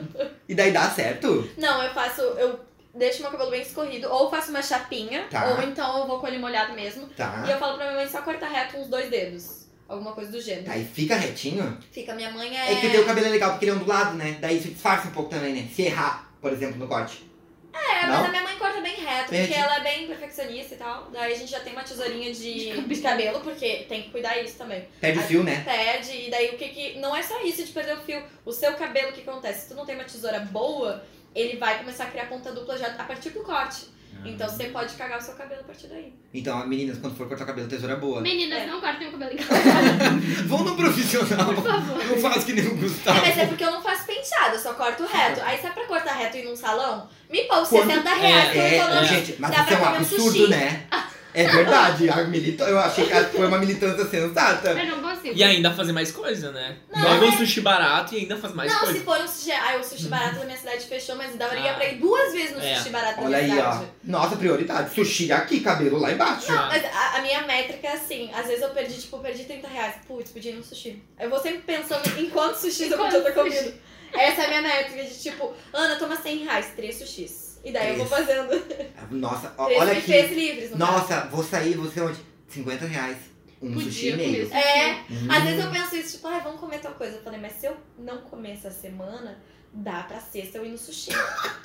Speaker 3: E daí dá certo?
Speaker 4: Não, eu faço. Eu deixo meu cabelo bem escorrido, ou faço uma chapinha,
Speaker 3: Tá.
Speaker 4: ou então eu vou com ele molhado mesmo.
Speaker 3: Tá.
Speaker 4: E eu falo pra minha mãe só cortar reto uns dois dedos. Alguma coisa do gênero.
Speaker 3: Tá, e fica retinho?
Speaker 4: Fica, minha mãe é.
Speaker 3: É, que o cabelo é legal porque ele é ondulado, né? Daí isso disfarça um pouco também, né? Se errar, por exemplo, no corte.
Speaker 4: É,
Speaker 3: Não?
Speaker 4: mas a minha mãe corta bem reto,
Speaker 3: Bem
Speaker 4: porque
Speaker 3: retinho.
Speaker 4: ela é bem perfeccionista e tal. Daí a gente já tem uma tesourinha de, de cabelo, porque tem que cuidar isso também.
Speaker 3: Perde o fio, né?
Speaker 4: Perde, e daí o que que. Não é só isso de perder o fio. O seu cabelo, o que acontece? Se tu não tem uma tesoura boa, ele vai começar a criar ponta dupla já a partir do corte. Então você pode cagar o seu cabelo a partir daí.
Speaker 3: Então, meninas, quando for cortar o cabelo, tesoura é boa.
Speaker 2: Meninas,
Speaker 4: É.
Speaker 2: não cortem o
Speaker 5: *laughs*
Speaker 2: cabelo em casa,
Speaker 3: Vão no profissional.
Speaker 2: por favor.
Speaker 3: Não faz que nem o
Speaker 4: É,
Speaker 3: Gustavo.
Speaker 4: mas é porque eu não faço penteado, eu só corto reto. Aí se é pra cortar reto e ir num salão, me poupa
Speaker 3: Quando-
Speaker 4: 60 reais que eu
Speaker 3: É,
Speaker 4: economizo.
Speaker 3: gente, mas
Speaker 4: Dá
Speaker 3: isso é um
Speaker 4: pra comer um
Speaker 3: absurdo,
Speaker 4: sushi.
Speaker 3: né? É verdade. A milita... Eu achei que ela foi uma militância sensata.
Speaker 2: Eu não consigo.
Speaker 5: E ainda fazer mais coisa, né?
Speaker 4: Não,
Speaker 5: Leva um
Speaker 4: é-
Speaker 5: sushi barato e ainda faz mais
Speaker 4: Não,
Speaker 5: coisa.
Speaker 4: se for um sushi. Ai, o sushi barato da minha cidade fechou, mas daria
Speaker 5: Ah.
Speaker 4: pra ir duas vezes no
Speaker 5: É.
Speaker 4: sushi barato da
Speaker 3: Olha
Speaker 4: minha
Speaker 3: aí,
Speaker 4: cidade.
Speaker 3: ó. Nossa, prioridade. Sushi aqui, cabelo lá embaixo.
Speaker 5: Ah.
Speaker 4: Mas a, a minha métrica é assim, às vezes eu perdi, tipo, eu perdi 30 reais. Putz, podia ir num sushi. Eu vou sempre pensando em quantos sushis eu podia ter
Speaker 2: Quantos
Speaker 4: comido. Essa é a minha métrica de tipo, Ana, toma 100 reais, três sushis. E daí eu vou
Speaker 3: Três.
Speaker 4: fazendo.
Speaker 3: Nossa, ó,
Speaker 4: Três
Speaker 3: olha
Speaker 4: buffets
Speaker 3: aqui.
Speaker 4: livres, no
Speaker 3: Nossa, vou sair, vou ser onde? 50 reais. Um
Speaker 2: Podia
Speaker 3: sushi e
Speaker 2: comer
Speaker 3: meio.
Speaker 2: sushi.
Speaker 4: caso. É, Às
Speaker 3: Hum.
Speaker 4: vezes eu penso isso, tipo, ai, vamos comer tal coisa. Eu falei, mas se eu não comer essa semana, dá pra sexta eu ir no sushi.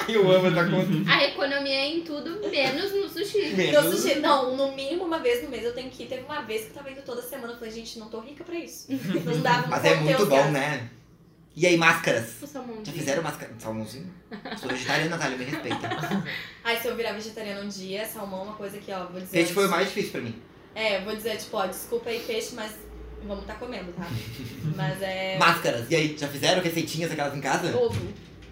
Speaker 3: Eu amo essa conta.
Speaker 2: A economia é em tudo, menos no
Speaker 3: Hum.
Speaker 4: *laughs*
Speaker 2: sushi.
Speaker 4: Porque o sushi, não, no mínimo uma vez no mês eu tenho que ir. Teve uma vez que eu tava indo toda semana. Eu falei, gente, não tô rica pra isso. Não dava
Speaker 3: Mas é Uhum. muito bom,
Speaker 4: né?
Speaker 3: né? E aí, máscaras?
Speaker 2: O
Speaker 3: Já
Speaker 2: salmãozinho.
Speaker 3: fizeram máscara? Salmãozinho? Sou vegetariana, Natália, me respeita.
Speaker 4: Aí se eu virar vegetariana um dia, salmão é uma coisa que, ó, vou dizer.
Speaker 3: Peixe foi o mais difícil pra mim.
Speaker 4: É, eu vou dizer, tipo, ó, desculpa aí, peixe, mas vamos tá comendo,
Speaker 3: *laughs*
Speaker 4: tá? Mas é.
Speaker 3: Máscaras, e aí, já fizeram receitinhas aquelas em casa?
Speaker 2: Ovo.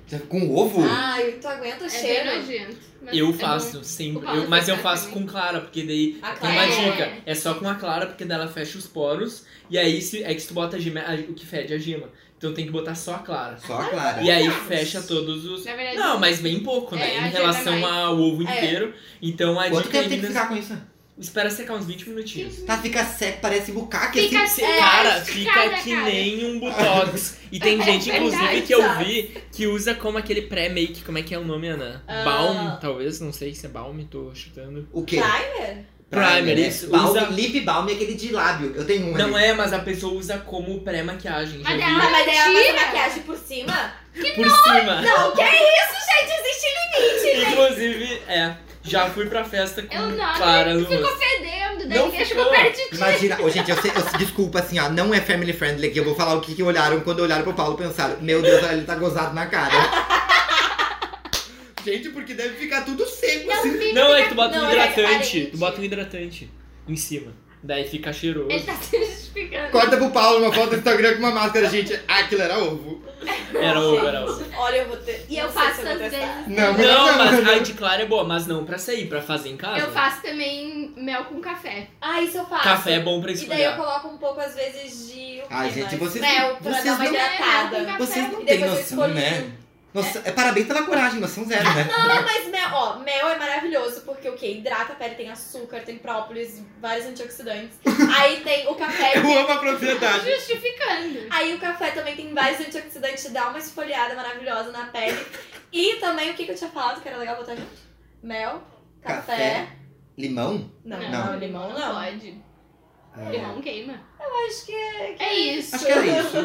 Speaker 3: Já- Com ovo?
Speaker 4: Ai, tu aguenta o
Speaker 2: É bem
Speaker 4: cheiro.
Speaker 2: nojento. mas é
Speaker 5: Eu
Speaker 2: bom.
Speaker 5: faço, sempre.
Speaker 2: O Paulo
Speaker 5: Eu- mas eu
Speaker 2: faz
Speaker 5: faço
Speaker 2: também.
Speaker 5: com clara, porque daí
Speaker 4: A
Speaker 5: Tem
Speaker 4: clara.
Speaker 5: uma
Speaker 2: É.
Speaker 5: dica, é só com a clara, porque daí ela fecha os poros, e aí se, é que se tu bota a gema, a- o que fede é a gema. Então tem que botar só a clara.
Speaker 3: Só a clara.
Speaker 5: E aí fecha todos os.
Speaker 2: Na verdade,
Speaker 5: Não, mas bem pouco, né?
Speaker 2: É, a
Speaker 5: em
Speaker 2: gema é
Speaker 5: relação
Speaker 2: mais.
Speaker 5: ao ovo
Speaker 4: É.
Speaker 5: inteiro. Então a
Speaker 3: Quanto
Speaker 5: dica
Speaker 3: tempo
Speaker 5: é
Speaker 3: tem que ficar com isso?
Speaker 5: espera secar uns 20 minutinhos.
Speaker 3: Tá, fica seco, parece bucaque
Speaker 2: Fica
Speaker 3: assim.
Speaker 2: seco.
Speaker 5: Se-
Speaker 2: É,
Speaker 5: cara, fica
Speaker 2: esticada,
Speaker 5: que
Speaker 2: cara.
Speaker 5: nem um botox. E tem gente,
Speaker 2: *laughs* É
Speaker 5: inclusive,
Speaker 2: verdade,
Speaker 5: que eu
Speaker 4: sabe?
Speaker 5: vi que usa como aquele pré-make. Como é que é o nome, Ana?
Speaker 4: Ah.
Speaker 5: Balm, talvez? Não sei se é balm, tô chutando.
Speaker 3: O quê?
Speaker 4: Primer?
Speaker 5: Primer,
Speaker 3: né?
Speaker 5: isso.
Speaker 3: Balm,
Speaker 5: Usa-
Speaker 3: Lip balm é aquele de lábio. Eu tenho um
Speaker 5: Não
Speaker 3: ali.
Speaker 5: é, mas a pessoa usa como pré-maquiagem. já
Speaker 2: Mas
Speaker 5: vi.
Speaker 2: ela-
Speaker 4: Ah, mas daí ela passa
Speaker 2: Mentira!
Speaker 4: maquiagem por cima?
Speaker 5: por cima.
Speaker 4: Não, que é isso, gente? Existe limite, né?
Speaker 5: Inclusive, é, já fui pra festa com
Speaker 2: Eu não,
Speaker 5: Clara no
Speaker 2: ficou fedendo, daí
Speaker 5: Não
Speaker 2: ninguém
Speaker 5: ficou.
Speaker 2: chegou perto de ti.
Speaker 3: Imagina, ô, gente, eu, sei, eu- desculpa assim, ó, não é family friendly aqui. Eu vou falar o que, que olharam quando olharam pro Paulo pensaram: Meu Deus, olha, ele tá gozado na cara. *laughs* gente, porque deve ficar tudo seco
Speaker 2: Não,
Speaker 3: assim.
Speaker 2: fica-
Speaker 5: Não, é que tu bota
Speaker 4: Não,
Speaker 5: um
Speaker 4: era
Speaker 5: hidratante.
Speaker 4: diferente.
Speaker 5: Tu bota um hidratante em cima. Daí fica cheiroso.
Speaker 2: Ele tá se justificando.
Speaker 3: Corta pro Paulo uma foto do Instagram com uma máscara, gente. Ah, Aquilo era ovo.
Speaker 2: é
Speaker 5: Era ovo, era ovo.
Speaker 4: Olha, eu vou ter.
Speaker 2: E
Speaker 4: não
Speaker 2: eu
Speaker 4: sei
Speaker 2: faço
Speaker 4: se eu
Speaker 2: às
Speaker 4: vou testar.
Speaker 2: vezes.
Speaker 3: Não,
Speaker 5: Não, mas a de Clara é boa, mas não pra sair, pra fazer em casa.
Speaker 2: Eu faço também mel com café.
Speaker 4: Ah, isso eu faço.
Speaker 5: Café é bom pra
Speaker 4: E daí eu
Speaker 5: esfriar.
Speaker 4: coloco um pouco, às vezes, de. o
Speaker 3: Ai,
Speaker 4: quê
Speaker 3: gente,
Speaker 4: mais?
Speaker 3: vocês-
Speaker 4: Mel, pra
Speaker 3: vocês
Speaker 4: dar uma
Speaker 3: não-
Speaker 4: hidratada.
Speaker 2: Não,
Speaker 3: Vocês não têm
Speaker 4: E depois eu
Speaker 3: noção,
Speaker 4: escolhi
Speaker 3: né?
Speaker 5: um.
Speaker 3: Nossa, é, parabéns pela coragem, noção zero, né?
Speaker 4: Não, mas mel, ó, mel é maravilhoso porque o que? Hidrata a pele, tem açúcar, tem própolis, vários
Speaker 3: *laughs*
Speaker 4: antioxidantes. Aí tem o café.
Speaker 3: *laughs* Eu amo a propriedade.
Speaker 2: Justificando.
Speaker 4: Aí o café também tem vários antioxidantes, dá uma esfoliada maravilhosa na pele. E também o que, que eu tinha falado que era legal botar junto? Mel, café.
Speaker 3: Café. Limão?
Speaker 4: Não,
Speaker 2: Não.
Speaker 4: não, limão não.
Speaker 2: Pode.
Speaker 3: É.
Speaker 2: Limão queima.
Speaker 4: Eu acho que é.
Speaker 2: É isso.
Speaker 3: Acho que era isso.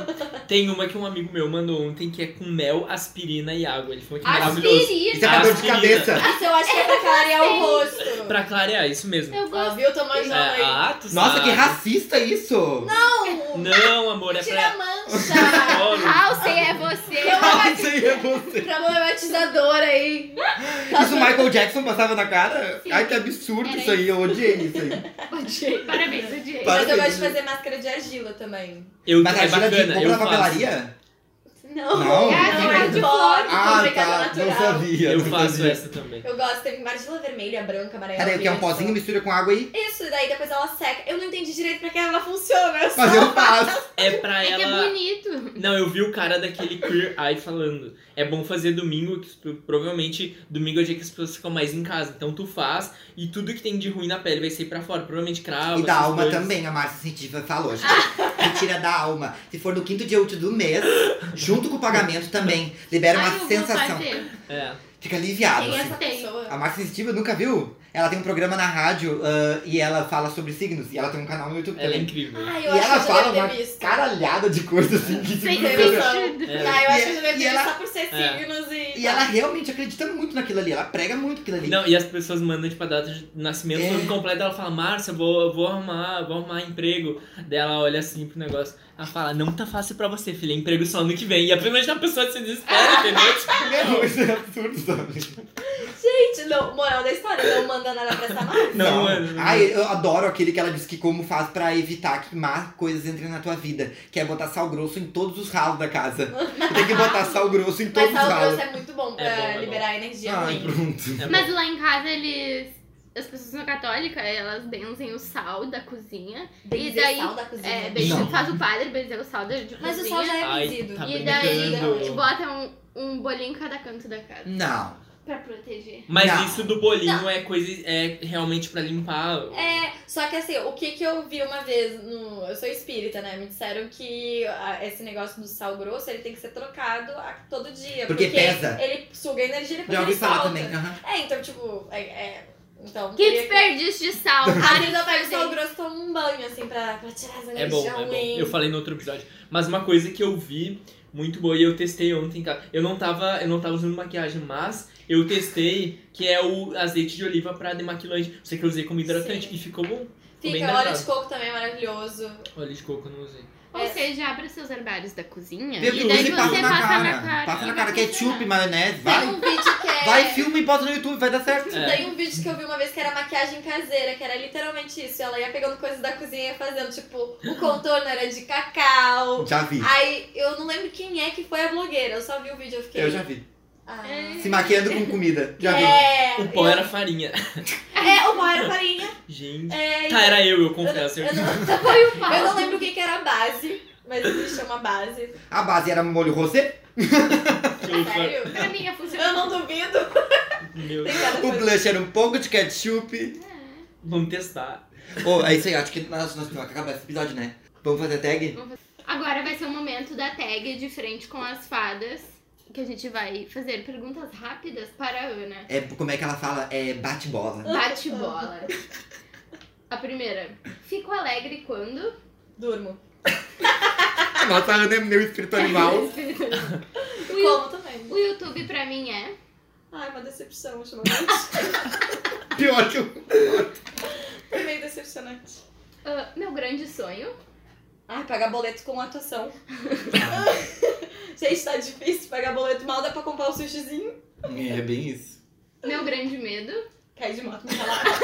Speaker 5: Tem uma que um amigo meu mandou ontem que é com mel, aspirina e água. Ele falou que é maravilhoso.
Speaker 3: Isso
Speaker 2: Aspirina.
Speaker 3: é pra dor de
Speaker 5: Aspirina.
Speaker 3: cabeça.
Speaker 4: Isso eu acho que é pra clarear o rosto.
Speaker 5: Pra clarear, isso mesmo.
Speaker 3: Ah,
Speaker 2: Eu
Speaker 4: Ó,
Speaker 2: gosto.
Speaker 4: viu? Tô manjando
Speaker 5: É,
Speaker 4: aí.
Speaker 5: ah, tu
Speaker 3: Nossa, que
Speaker 5: sabe.
Speaker 3: racista isso!
Speaker 4: Não!
Speaker 5: Não, amor,
Speaker 3: né,
Speaker 5: é
Speaker 4: Tira
Speaker 5: *laughs*
Speaker 4: a
Speaker 5: pra.
Speaker 4: *laughs* mancha!
Speaker 5: Olha,
Speaker 2: Halsey é você.
Speaker 3: Ah, isso aí é você.
Speaker 4: Problematizadora aí.
Speaker 3: Isso o Michael Jackson passava na cara?
Speaker 2: Sim.
Speaker 3: Ai, que absurdo
Speaker 2: Era
Speaker 3: isso aí, eu odiei isso aí.
Speaker 2: *laughs* Odiei. Parabéns, odiei.
Speaker 3: Pa-
Speaker 4: Mas eu
Speaker 3: Parabéns,
Speaker 4: gosto de
Speaker 3: né?
Speaker 4: fazer máscara de argila também.
Speaker 5: eu,
Speaker 3: Mas a
Speaker 5: é
Speaker 3: Gina
Speaker 5: bacana,
Speaker 3: de
Speaker 5: eu
Speaker 3: na
Speaker 5: faço.
Speaker 3: papelaria?
Speaker 4: Não,
Speaker 3: Não?
Speaker 4: é
Speaker 3: Não.
Speaker 4: argila de flor, é
Speaker 3: Ah,
Speaker 4: complicado
Speaker 3: tá,
Speaker 4: natural.
Speaker 3: não sabia.
Speaker 5: um Eu
Speaker 3: não
Speaker 5: faço
Speaker 3: sabia.
Speaker 5: essa também.
Speaker 4: Eu gosto, tem argila vermelha, branca, amarela.
Speaker 3: Cadê? Que é um
Speaker 4: verde,
Speaker 3: pozinho, mistura com água e...
Speaker 4: Isso, e daí depois ela seca. Eu não entendi direito pra que ela funciona. eu só-
Speaker 3: Mas eu faço.
Speaker 5: É pra
Speaker 2: É que é
Speaker 5: ela.
Speaker 2: bonito.
Speaker 5: Não, eu vi o cara daquele Queer Eye falando. É bom fazer domingo, que tu- provavelmente domingo é o dia que as pessoas ficam mais em casa. Então tu faz e tudo que tem de ruim na pele vai sair pra fora. Provavelmente cravo.
Speaker 3: E da
Speaker 5: essas
Speaker 3: alma
Speaker 5: coisas.
Speaker 3: também, a Márcia Científica falou, gente. Retira da alma. Se for no quinto dia útil do mês, junto com o pagamento também, libera
Speaker 2: Ai, eu
Speaker 3: uma
Speaker 2: vou
Speaker 3: sensação.
Speaker 2: fazer.
Speaker 5: É.
Speaker 3: Fica aliviado,
Speaker 4: Quem é
Speaker 3: assim.
Speaker 4: essa pessoa?
Speaker 3: A Márcia Sensitiva nunca viu? Ela tem um programa na rádio ah, e ela fala sobre signos. E ela tem um canal no YouTube
Speaker 5: Ela é
Speaker 3: também.
Speaker 5: incrível.
Speaker 4: Ah, eu
Speaker 3: e
Speaker 4: acho
Speaker 3: ela
Speaker 4: que eu já
Speaker 3: fala
Speaker 4: deve
Speaker 3: uma
Speaker 4: ter visto.
Speaker 3: caralhada de coisas assim. Que,
Speaker 2: Sem
Speaker 3: tipo,
Speaker 4: Tem
Speaker 3: meu Deus.
Speaker 4: sentido.
Speaker 5: É.
Speaker 4: Ah, eu acho que eu já
Speaker 3: E
Speaker 4: deve ter
Speaker 3: ela-
Speaker 4: visto só por ser
Speaker 5: É.
Speaker 4: signos e.
Speaker 3: e ela realmente acredita muito naquilo ali. Ela prega muito aquilo ali.
Speaker 5: Não, e as pessoas mandam, tipo, a data de nascimento,
Speaker 3: É.
Speaker 5: nome completo, ela fala, Márcia, eu vou, eu vou arrumar, vou arrumar emprego. Daí ela olha assim pro negócio, ela fala, não tá fácil pra você, filha, emprego só ano que vem. E apenas a pessoa se desespera, entendeu?
Speaker 3: Meu, isso é absurdo, sabe?
Speaker 4: Gente, não, moral da história, não manda nada pra essa
Speaker 3: *laughs*
Speaker 4: marca.
Speaker 5: Não, mano, não. é.
Speaker 3: Ai, eu adoro aquele que ela diz que como faz pra evitar que má coisas entrem na tua vida. Que é botar sal grosso em todos os ralos da casa. Tu tem que botar sal grosso em
Speaker 4: Mas
Speaker 3: todos os
Speaker 4: sal
Speaker 3: ralos.
Speaker 4: grosso é muito bom pra
Speaker 5: É bom, é bom.
Speaker 4: liberar energia
Speaker 3: Ai,
Speaker 4: ruim.
Speaker 3: pronto.
Speaker 5: É bom.
Speaker 2: Mas lá em casa eles. As pessoas são católicas, elas benzem o sal da cozinha.
Speaker 4: Benzer
Speaker 2: E daí-
Speaker 4: sal da cozinha.
Speaker 2: É,
Speaker 3: Não.
Speaker 2: benzer o sal do padre, benzer o sal da de
Speaker 4: Mas o
Speaker 2: cozinha.
Speaker 4: sal já é
Speaker 5: Ai,
Speaker 4: benzido.
Speaker 5: tá
Speaker 2: E daí
Speaker 5: brincando.
Speaker 2: eles botam um, um bolinho em cada canto da casa.
Speaker 3: Não.
Speaker 2: Pra proteger.
Speaker 5: Mas
Speaker 3: Não.
Speaker 5: isso do bolinho é coisa, é realmente pra limpar.
Speaker 4: É, só que assim, o que que eu vi uma vez no. Eu sou espírita, né? Me disseram que ah, esse negócio do sal grosso ele tem que ser trocado a- todo dia.
Speaker 3: Porque pesa.
Speaker 4: Ele suga energia e depois
Speaker 3: Já ouvi
Speaker 4: ele
Speaker 3: falar
Speaker 4: solta.
Speaker 3: também. aham.
Speaker 4: É, então, tipo, é. é, então,
Speaker 2: Que
Speaker 4: teria
Speaker 2: desperdício de
Speaker 4: *laughs*
Speaker 2: sal.
Speaker 4: Às
Speaker 2: Para
Speaker 4: vezes eu pego o sal
Speaker 2: de
Speaker 4: grosso e tomo um banho, assim, pra, pra tirar as
Speaker 5: É
Speaker 4: energias
Speaker 5: bom, é bom.
Speaker 4: ruins.
Speaker 5: Eu falei no outro episódio. Mas uma coisa que eu vi muito boa e eu testei ontem, cara. Eu não tava, eu não tava usando maquiagem, mas eu testei que é o azeite de oliva pra demaquilante. Sei que eu usei como hidratante
Speaker 4: Sim.
Speaker 5: e ficou bom. Ficou bem
Speaker 4: Fica, óleo
Speaker 5: hidratado.
Speaker 4: de coco também é maravilhoso.
Speaker 5: Óleo de coco eu não usei.
Speaker 2: Ou
Speaker 4: É.
Speaker 2: seja, abra seus armários da cozinha
Speaker 3: Vê o que
Speaker 2: e daí
Speaker 3: usa
Speaker 2: você
Speaker 3: e passa na cara. Passa
Speaker 2: e
Speaker 3: na
Speaker 2: vai
Speaker 3: cara, ketchup,
Speaker 2: funcionar.
Speaker 3: maionese,
Speaker 4: Tem
Speaker 3: vai.
Speaker 4: um vídeo que é.
Speaker 3: Vai, filma e bota no YouTube, vai dar certo.
Speaker 5: É.
Speaker 4: Tem um vídeo que eu vi uma vez que era maquiagem caseira, que era literalmente isso. Ela ia pegando coisas da cozinha e ia fazendo, tipo, o contorno era de cacau.
Speaker 3: Já vi.
Speaker 4: Aí eu não lembro quem é que foi a blogueira, eu só vi o vídeo e eu fiquei.
Speaker 3: Eu já vi.
Speaker 4: Ah.
Speaker 2: É.
Speaker 3: Se maquiando com comida. Já vi.
Speaker 4: É,
Speaker 5: O pão
Speaker 4: eu-
Speaker 5: era farinha.
Speaker 4: É, o pão era farinha.
Speaker 5: Gente.
Speaker 4: É,
Speaker 5: Tá, era eu, eu confesso.
Speaker 4: eu, não,
Speaker 2: Foi o pau.
Speaker 4: *laughs* eu não lembro o que, que era a base, mas existe uma base.
Speaker 3: A base era molho rosé,
Speaker 5: eu-
Speaker 4: Sério?
Speaker 2: Pra mim é ia
Speaker 4: Eu
Speaker 2: funcionar.
Speaker 4: não duvido.
Speaker 5: Meu
Speaker 4: Tem cada
Speaker 3: o
Speaker 4: coisa.
Speaker 3: blush era um pouco de ketchup.
Speaker 5: Vamos testar.
Speaker 3: Ô, é isso aí, acho que nós, nós temos que acabar esse episódio, né? Vamos fazer a tag?
Speaker 2: Agora vai ser o momento da tag de frente com as fadas. Que a gente vai fazer perguntas rápidas para a Ana.
Speaker 3: É, como é que ela fala? É bate-bola.
Speaker 4: *laughs*
Speaker 2: Bate bola. A primeira. Fico alegre quando.
Speaker 4: Durmo.
Speaker 3: Nossa, Ana é meu espírito *laughs* animal.
Speaker 2: O, Yu-
Speaker 4: Como também.
Speaker 2: *laughs* o YouTube pra mim é.
Speaker 4: Ai, uma decepção ultimamente.
Speaker 3: Pior que o...
Speaker 4: *laughs* Foi meio decepcionante.
Speaker 2: ah, meu grande sonho.
Speaker 4: Ai, pagar boleto com atuação. *laughs* Gente, tá difícil pagar boleto. Mal dá pra comprar um sushizinho.
Speaker 3: É, bem isso.
Speaker 2: Meu grande medo.
Speaker 4: Cai de moto tá naquela água.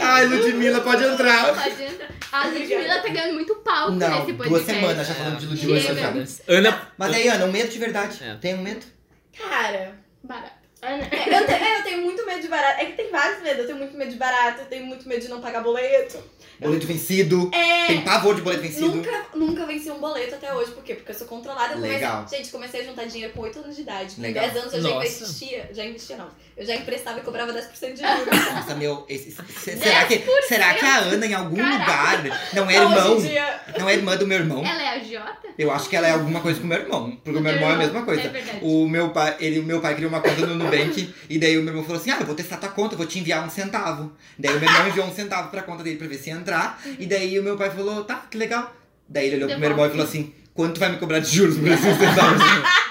Speaker 3: Ai, Ludmilla, pode entrar.
Speaker 2: Pode entrar. A Ludmilla tá ganhando muito palco
Speaker 3: Não,
Speaker 2: nesse podcast.
Speaker 3: duas
Speaker 5: É,
Speaker 3: semanas já Tá falando de Ludmilla.
Speaker 2: Chega.
Speaker 3: já.
Speaker 5: Ana.
Speaker 3: Mas aí, Ana, um medo de verdade.
Speaker 5: É.
Speaker 3: Tem um medo?
Speaker 4: Cara,
Speaker 2: Barato. Ana.
Speaker 4: é, eu, te- é, eu tenho muito medo de barato. É que tem vários medos. Eu tenho muito medo de barato, eu tenho muito medo de não pagar boleto.
Speaker 3: Boleto vencido.
Speaker 4: É,
Speaker 3: Tem pavor de boleto vencido.
Speaker 4: Nunca, nunca venci um boleto até hoje, por quê? Porque eu sou controlada. Eu comecei-
Speaker 3: Legal.
Speaker 4: gente, comecei a juntar dinheiro com 8 anos de idade. Com
Speaker 3: Legal.
Speaker 4: 10 anos eu já
Speaker 5: Nossa.
Speaker 4: investia. Já investia, não. Eu já emprestava e cobrava 10%
Speaker 3: *laughs*
Speaker 4: de juros.
Speaker 3: Nossa, meu. esse- se- será, que, será que a Ana, em algum
Speaker 2: Caraca.
Speaker 3: lugar, não é
Speaker 4: Hoje em
Speaker 3: irmão?
Speaker 4: dia,
Speaker 3: Não é irmã do meu irmão?
Speaker 2: Ela é a Jota?
Speaker 3: Eu acho que ela é alguma coisa com o meu irmão. Porque o meu irmão é a mesma
Speaker 2: É
Speaker 3: coisa.
Speaker 2: verdade.
Speaker 3: O meu pai, ele, o meu pai criou uma conta no Nubank e daí o meu irmão falou assim: Ah, eu vou testar tua conta, eu vou te enviar um centavo. Daí o meu irmão enviou um centavo pra conta dele pra ver se ia entrar. E daí o meu pai falou: Tá, que legal. Daí ele olhou pro meu irmão e falou assim: Quanto tu vai me cobrar de juros por esses centavos?
Speaker 4: *laughs*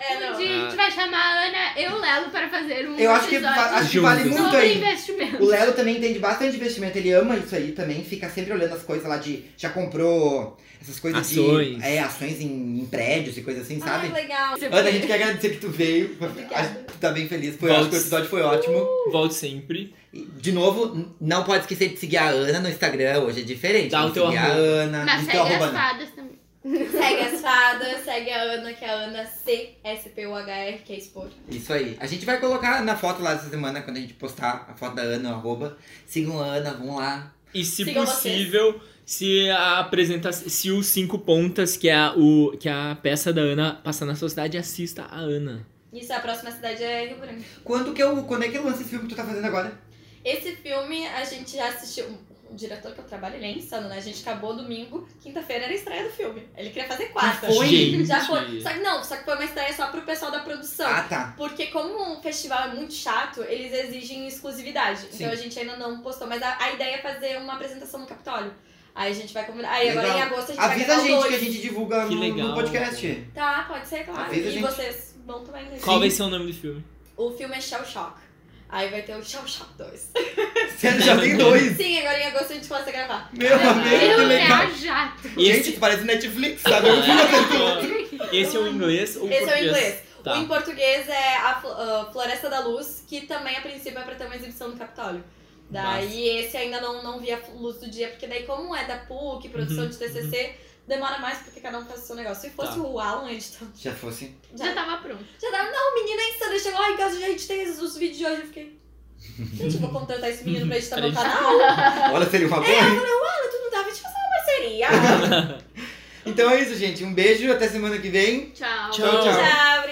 Speaker 4: é,
Speaker 2: Um
Speaker 4: não.
Speaker 2: dia a gente vai chamar a Ana e o Lelo para fazer um
Speaker 3: Eu acho que,
Speaker 2: episódio
Speaker 3: va- acho que vale
Speaker 5: Juntos.
Speaker 3: muito
Speaker 2: sobre
Speaker 3: aí.
Speaker 2: investimento.
Speaker 3: O Lelo também entende bastante de investimento, ele ama isso aí também, fica sempre olhando as coisas lá de. Já comprou essas coisas
Speaker 5: Ações.
Speaker 3: de. É, ações em, em prédios e coisas assim,
Speaker 4: Ai,
Speaker 3: sabe?
Speaker 4: legal.
Speaker 3: Ana, a gente quer agradecer que tu veio.
Speaker 4: Obrigada.
Speaker 3: A gente tá bem feliz. Foi
Speaker 5: Nossa.
Speaker 3: ótimo, o episódio foi ótimo.
Speaker 5: Volte sempre.
Speaker 3: E, De novo, n- não pode esquecer de seguir a Ana no Instagram, hoje é diferente.
Speaker 5: Dá o
Speaker 3: Vamos
Speaker 5: teu
Speaker 3: seguir
Speaker 5: arroba.
Speaker 3: a Ana.
Speaker 2: Mas
Speaker 4: é
Speaker 3: o
Speaker 2: segue
Speaker 3: teu Ah, então arroba,
Speaker 2: as
Speaker 3: Ana.
Speaker 2: fadas também.
Speaker 4: Segue as fadas, segue a Ana, que é a Ana C-S-P-U-H-R, que é expor.
Speaker 3: Isso aí. A gente vai colocar na foto lá essa semana, quando a gente postar a foto da Ana, o arroba. Sigam a Ana, vão lá.
Speaker 5: E se
Speaker 4: Sigam
Speaker 5: possível, se a apresenta se os cinco pontas, que é a, o, que é a peça da Ana passa na sociedade, assista a Ana.
Speaker 4: Isso, a próxima cidade é Rio Branco.
Speaker 3: Quando, que eu, quando é que eu lanço esse filme que tu tá fazendo agora?
Speaker 4: Esse filme a gente já assistiu. O diretor que eu trabalho, ele é insano, né? A gente acabou domingo, quinta-feira era a estreia do filme. Ele queria fazer quarta.
Speaker 3: Foi?
Speaker 5: Gente.
Speaker 4: Já foi. Só que não, só que foi uma estreia só pro pessoal da produção.
Speaker 3: Ah, tá.
Speaker 4: Porque como o festival é muito chato, eles exigem exclusividade.
Speaker 3: Sim.
Speaker 4: Então a gente ainda não postou. Mas a, a ideia é fazer uma apresentação no Capitólio. Aí a gente vai convidar. Aí agora em
Speaker 3: Legal.
Speaker 4: agosto a gente
Speaker 3: Avisa
Speaker 4: vai
Speaker 3: a
Speaker 4: gravar o
Speaker 3: gente que a
Speaker 4: dois.
Speaker 3: gente divulga
Speaker 5: Que
Speaker 3: no, no
Speaker 5: legal. *laughs*
Speaker 3: podcast.
Speaker 4: Tá, pode ser, claro.
Speaker 3: Avisa a
Speaker 4: e
Speaker 3: gente.
Speaker 4: vocês vão também, né?
Speaker 5: Qual vai ser o nome do filme?
Speaker 4: O filme é Shell Shock. Aí vai ter o Shell Shock
Speaker 3: *laughs*
Speaker 4: 2.
Speaker 3: Sério, já tem dois.
Speaker 4: Sim, agora em agosto a gente começa a gravar.
Speaker 3: Meu
Speaker 5: Ah,
Speaker 3: amigo,
Speaker 5: que
Speaker 2: Eu
Speaker 3: que
Speaker 2: me
Speaker 3: legal.
Speaker 2: ajato.
Speaker 3: Gente,
Speaker 5: Esse, É.
Speaker 3: tu parece
Speaker 5: *laughs*
Speaker 3: Netflix, sabe?
Speaker 5: esse é o inglês ou o
Speaker 4: Esse é o
Speaker 5: português?
Speaker 4: inglês. O em
Speaker 5: Tá.
Speaker 4: português é a Fl- ah, Floresta da Luz, que também a princípio é pra ter uma exibição no Capitólio. Daí esse ainda não, não via luz do dia, porque daí como é da PUC, produção
Speaker 5: Uhum,
Speaker 4: de TCC, demora mais porque cada um faz o seu negócio. Se fosse
Speaker 5: Tá.
Speaker 4: o Alan editando,
Speaker 3: Já fosse.
Speaker 4: já,
Speaker 2: Já tava pronto.
Speaker 4: já dava, não, menina é insana, chegou lá em casa, já editei os, os vídeos de hoje, eu fiquei... Gente, eu vou contratar esse menino
Speaker 5: *laughs*
Speaker 4: pra editar meu
Speaker 5: Pra editar.
Speaker 4: canal?
Speaker 3: Olha, seria uma boa, hein?
Speaker 4: Cara, tu não dava de fazer uma parceria?
Speaker 3: Então é isso, gente. Um beijo, até semana que vem.
Speaker 2: Tchau.
Speaker 5: Tchau.
Speaker 3: Tchau.
Speaker 4: Tchau,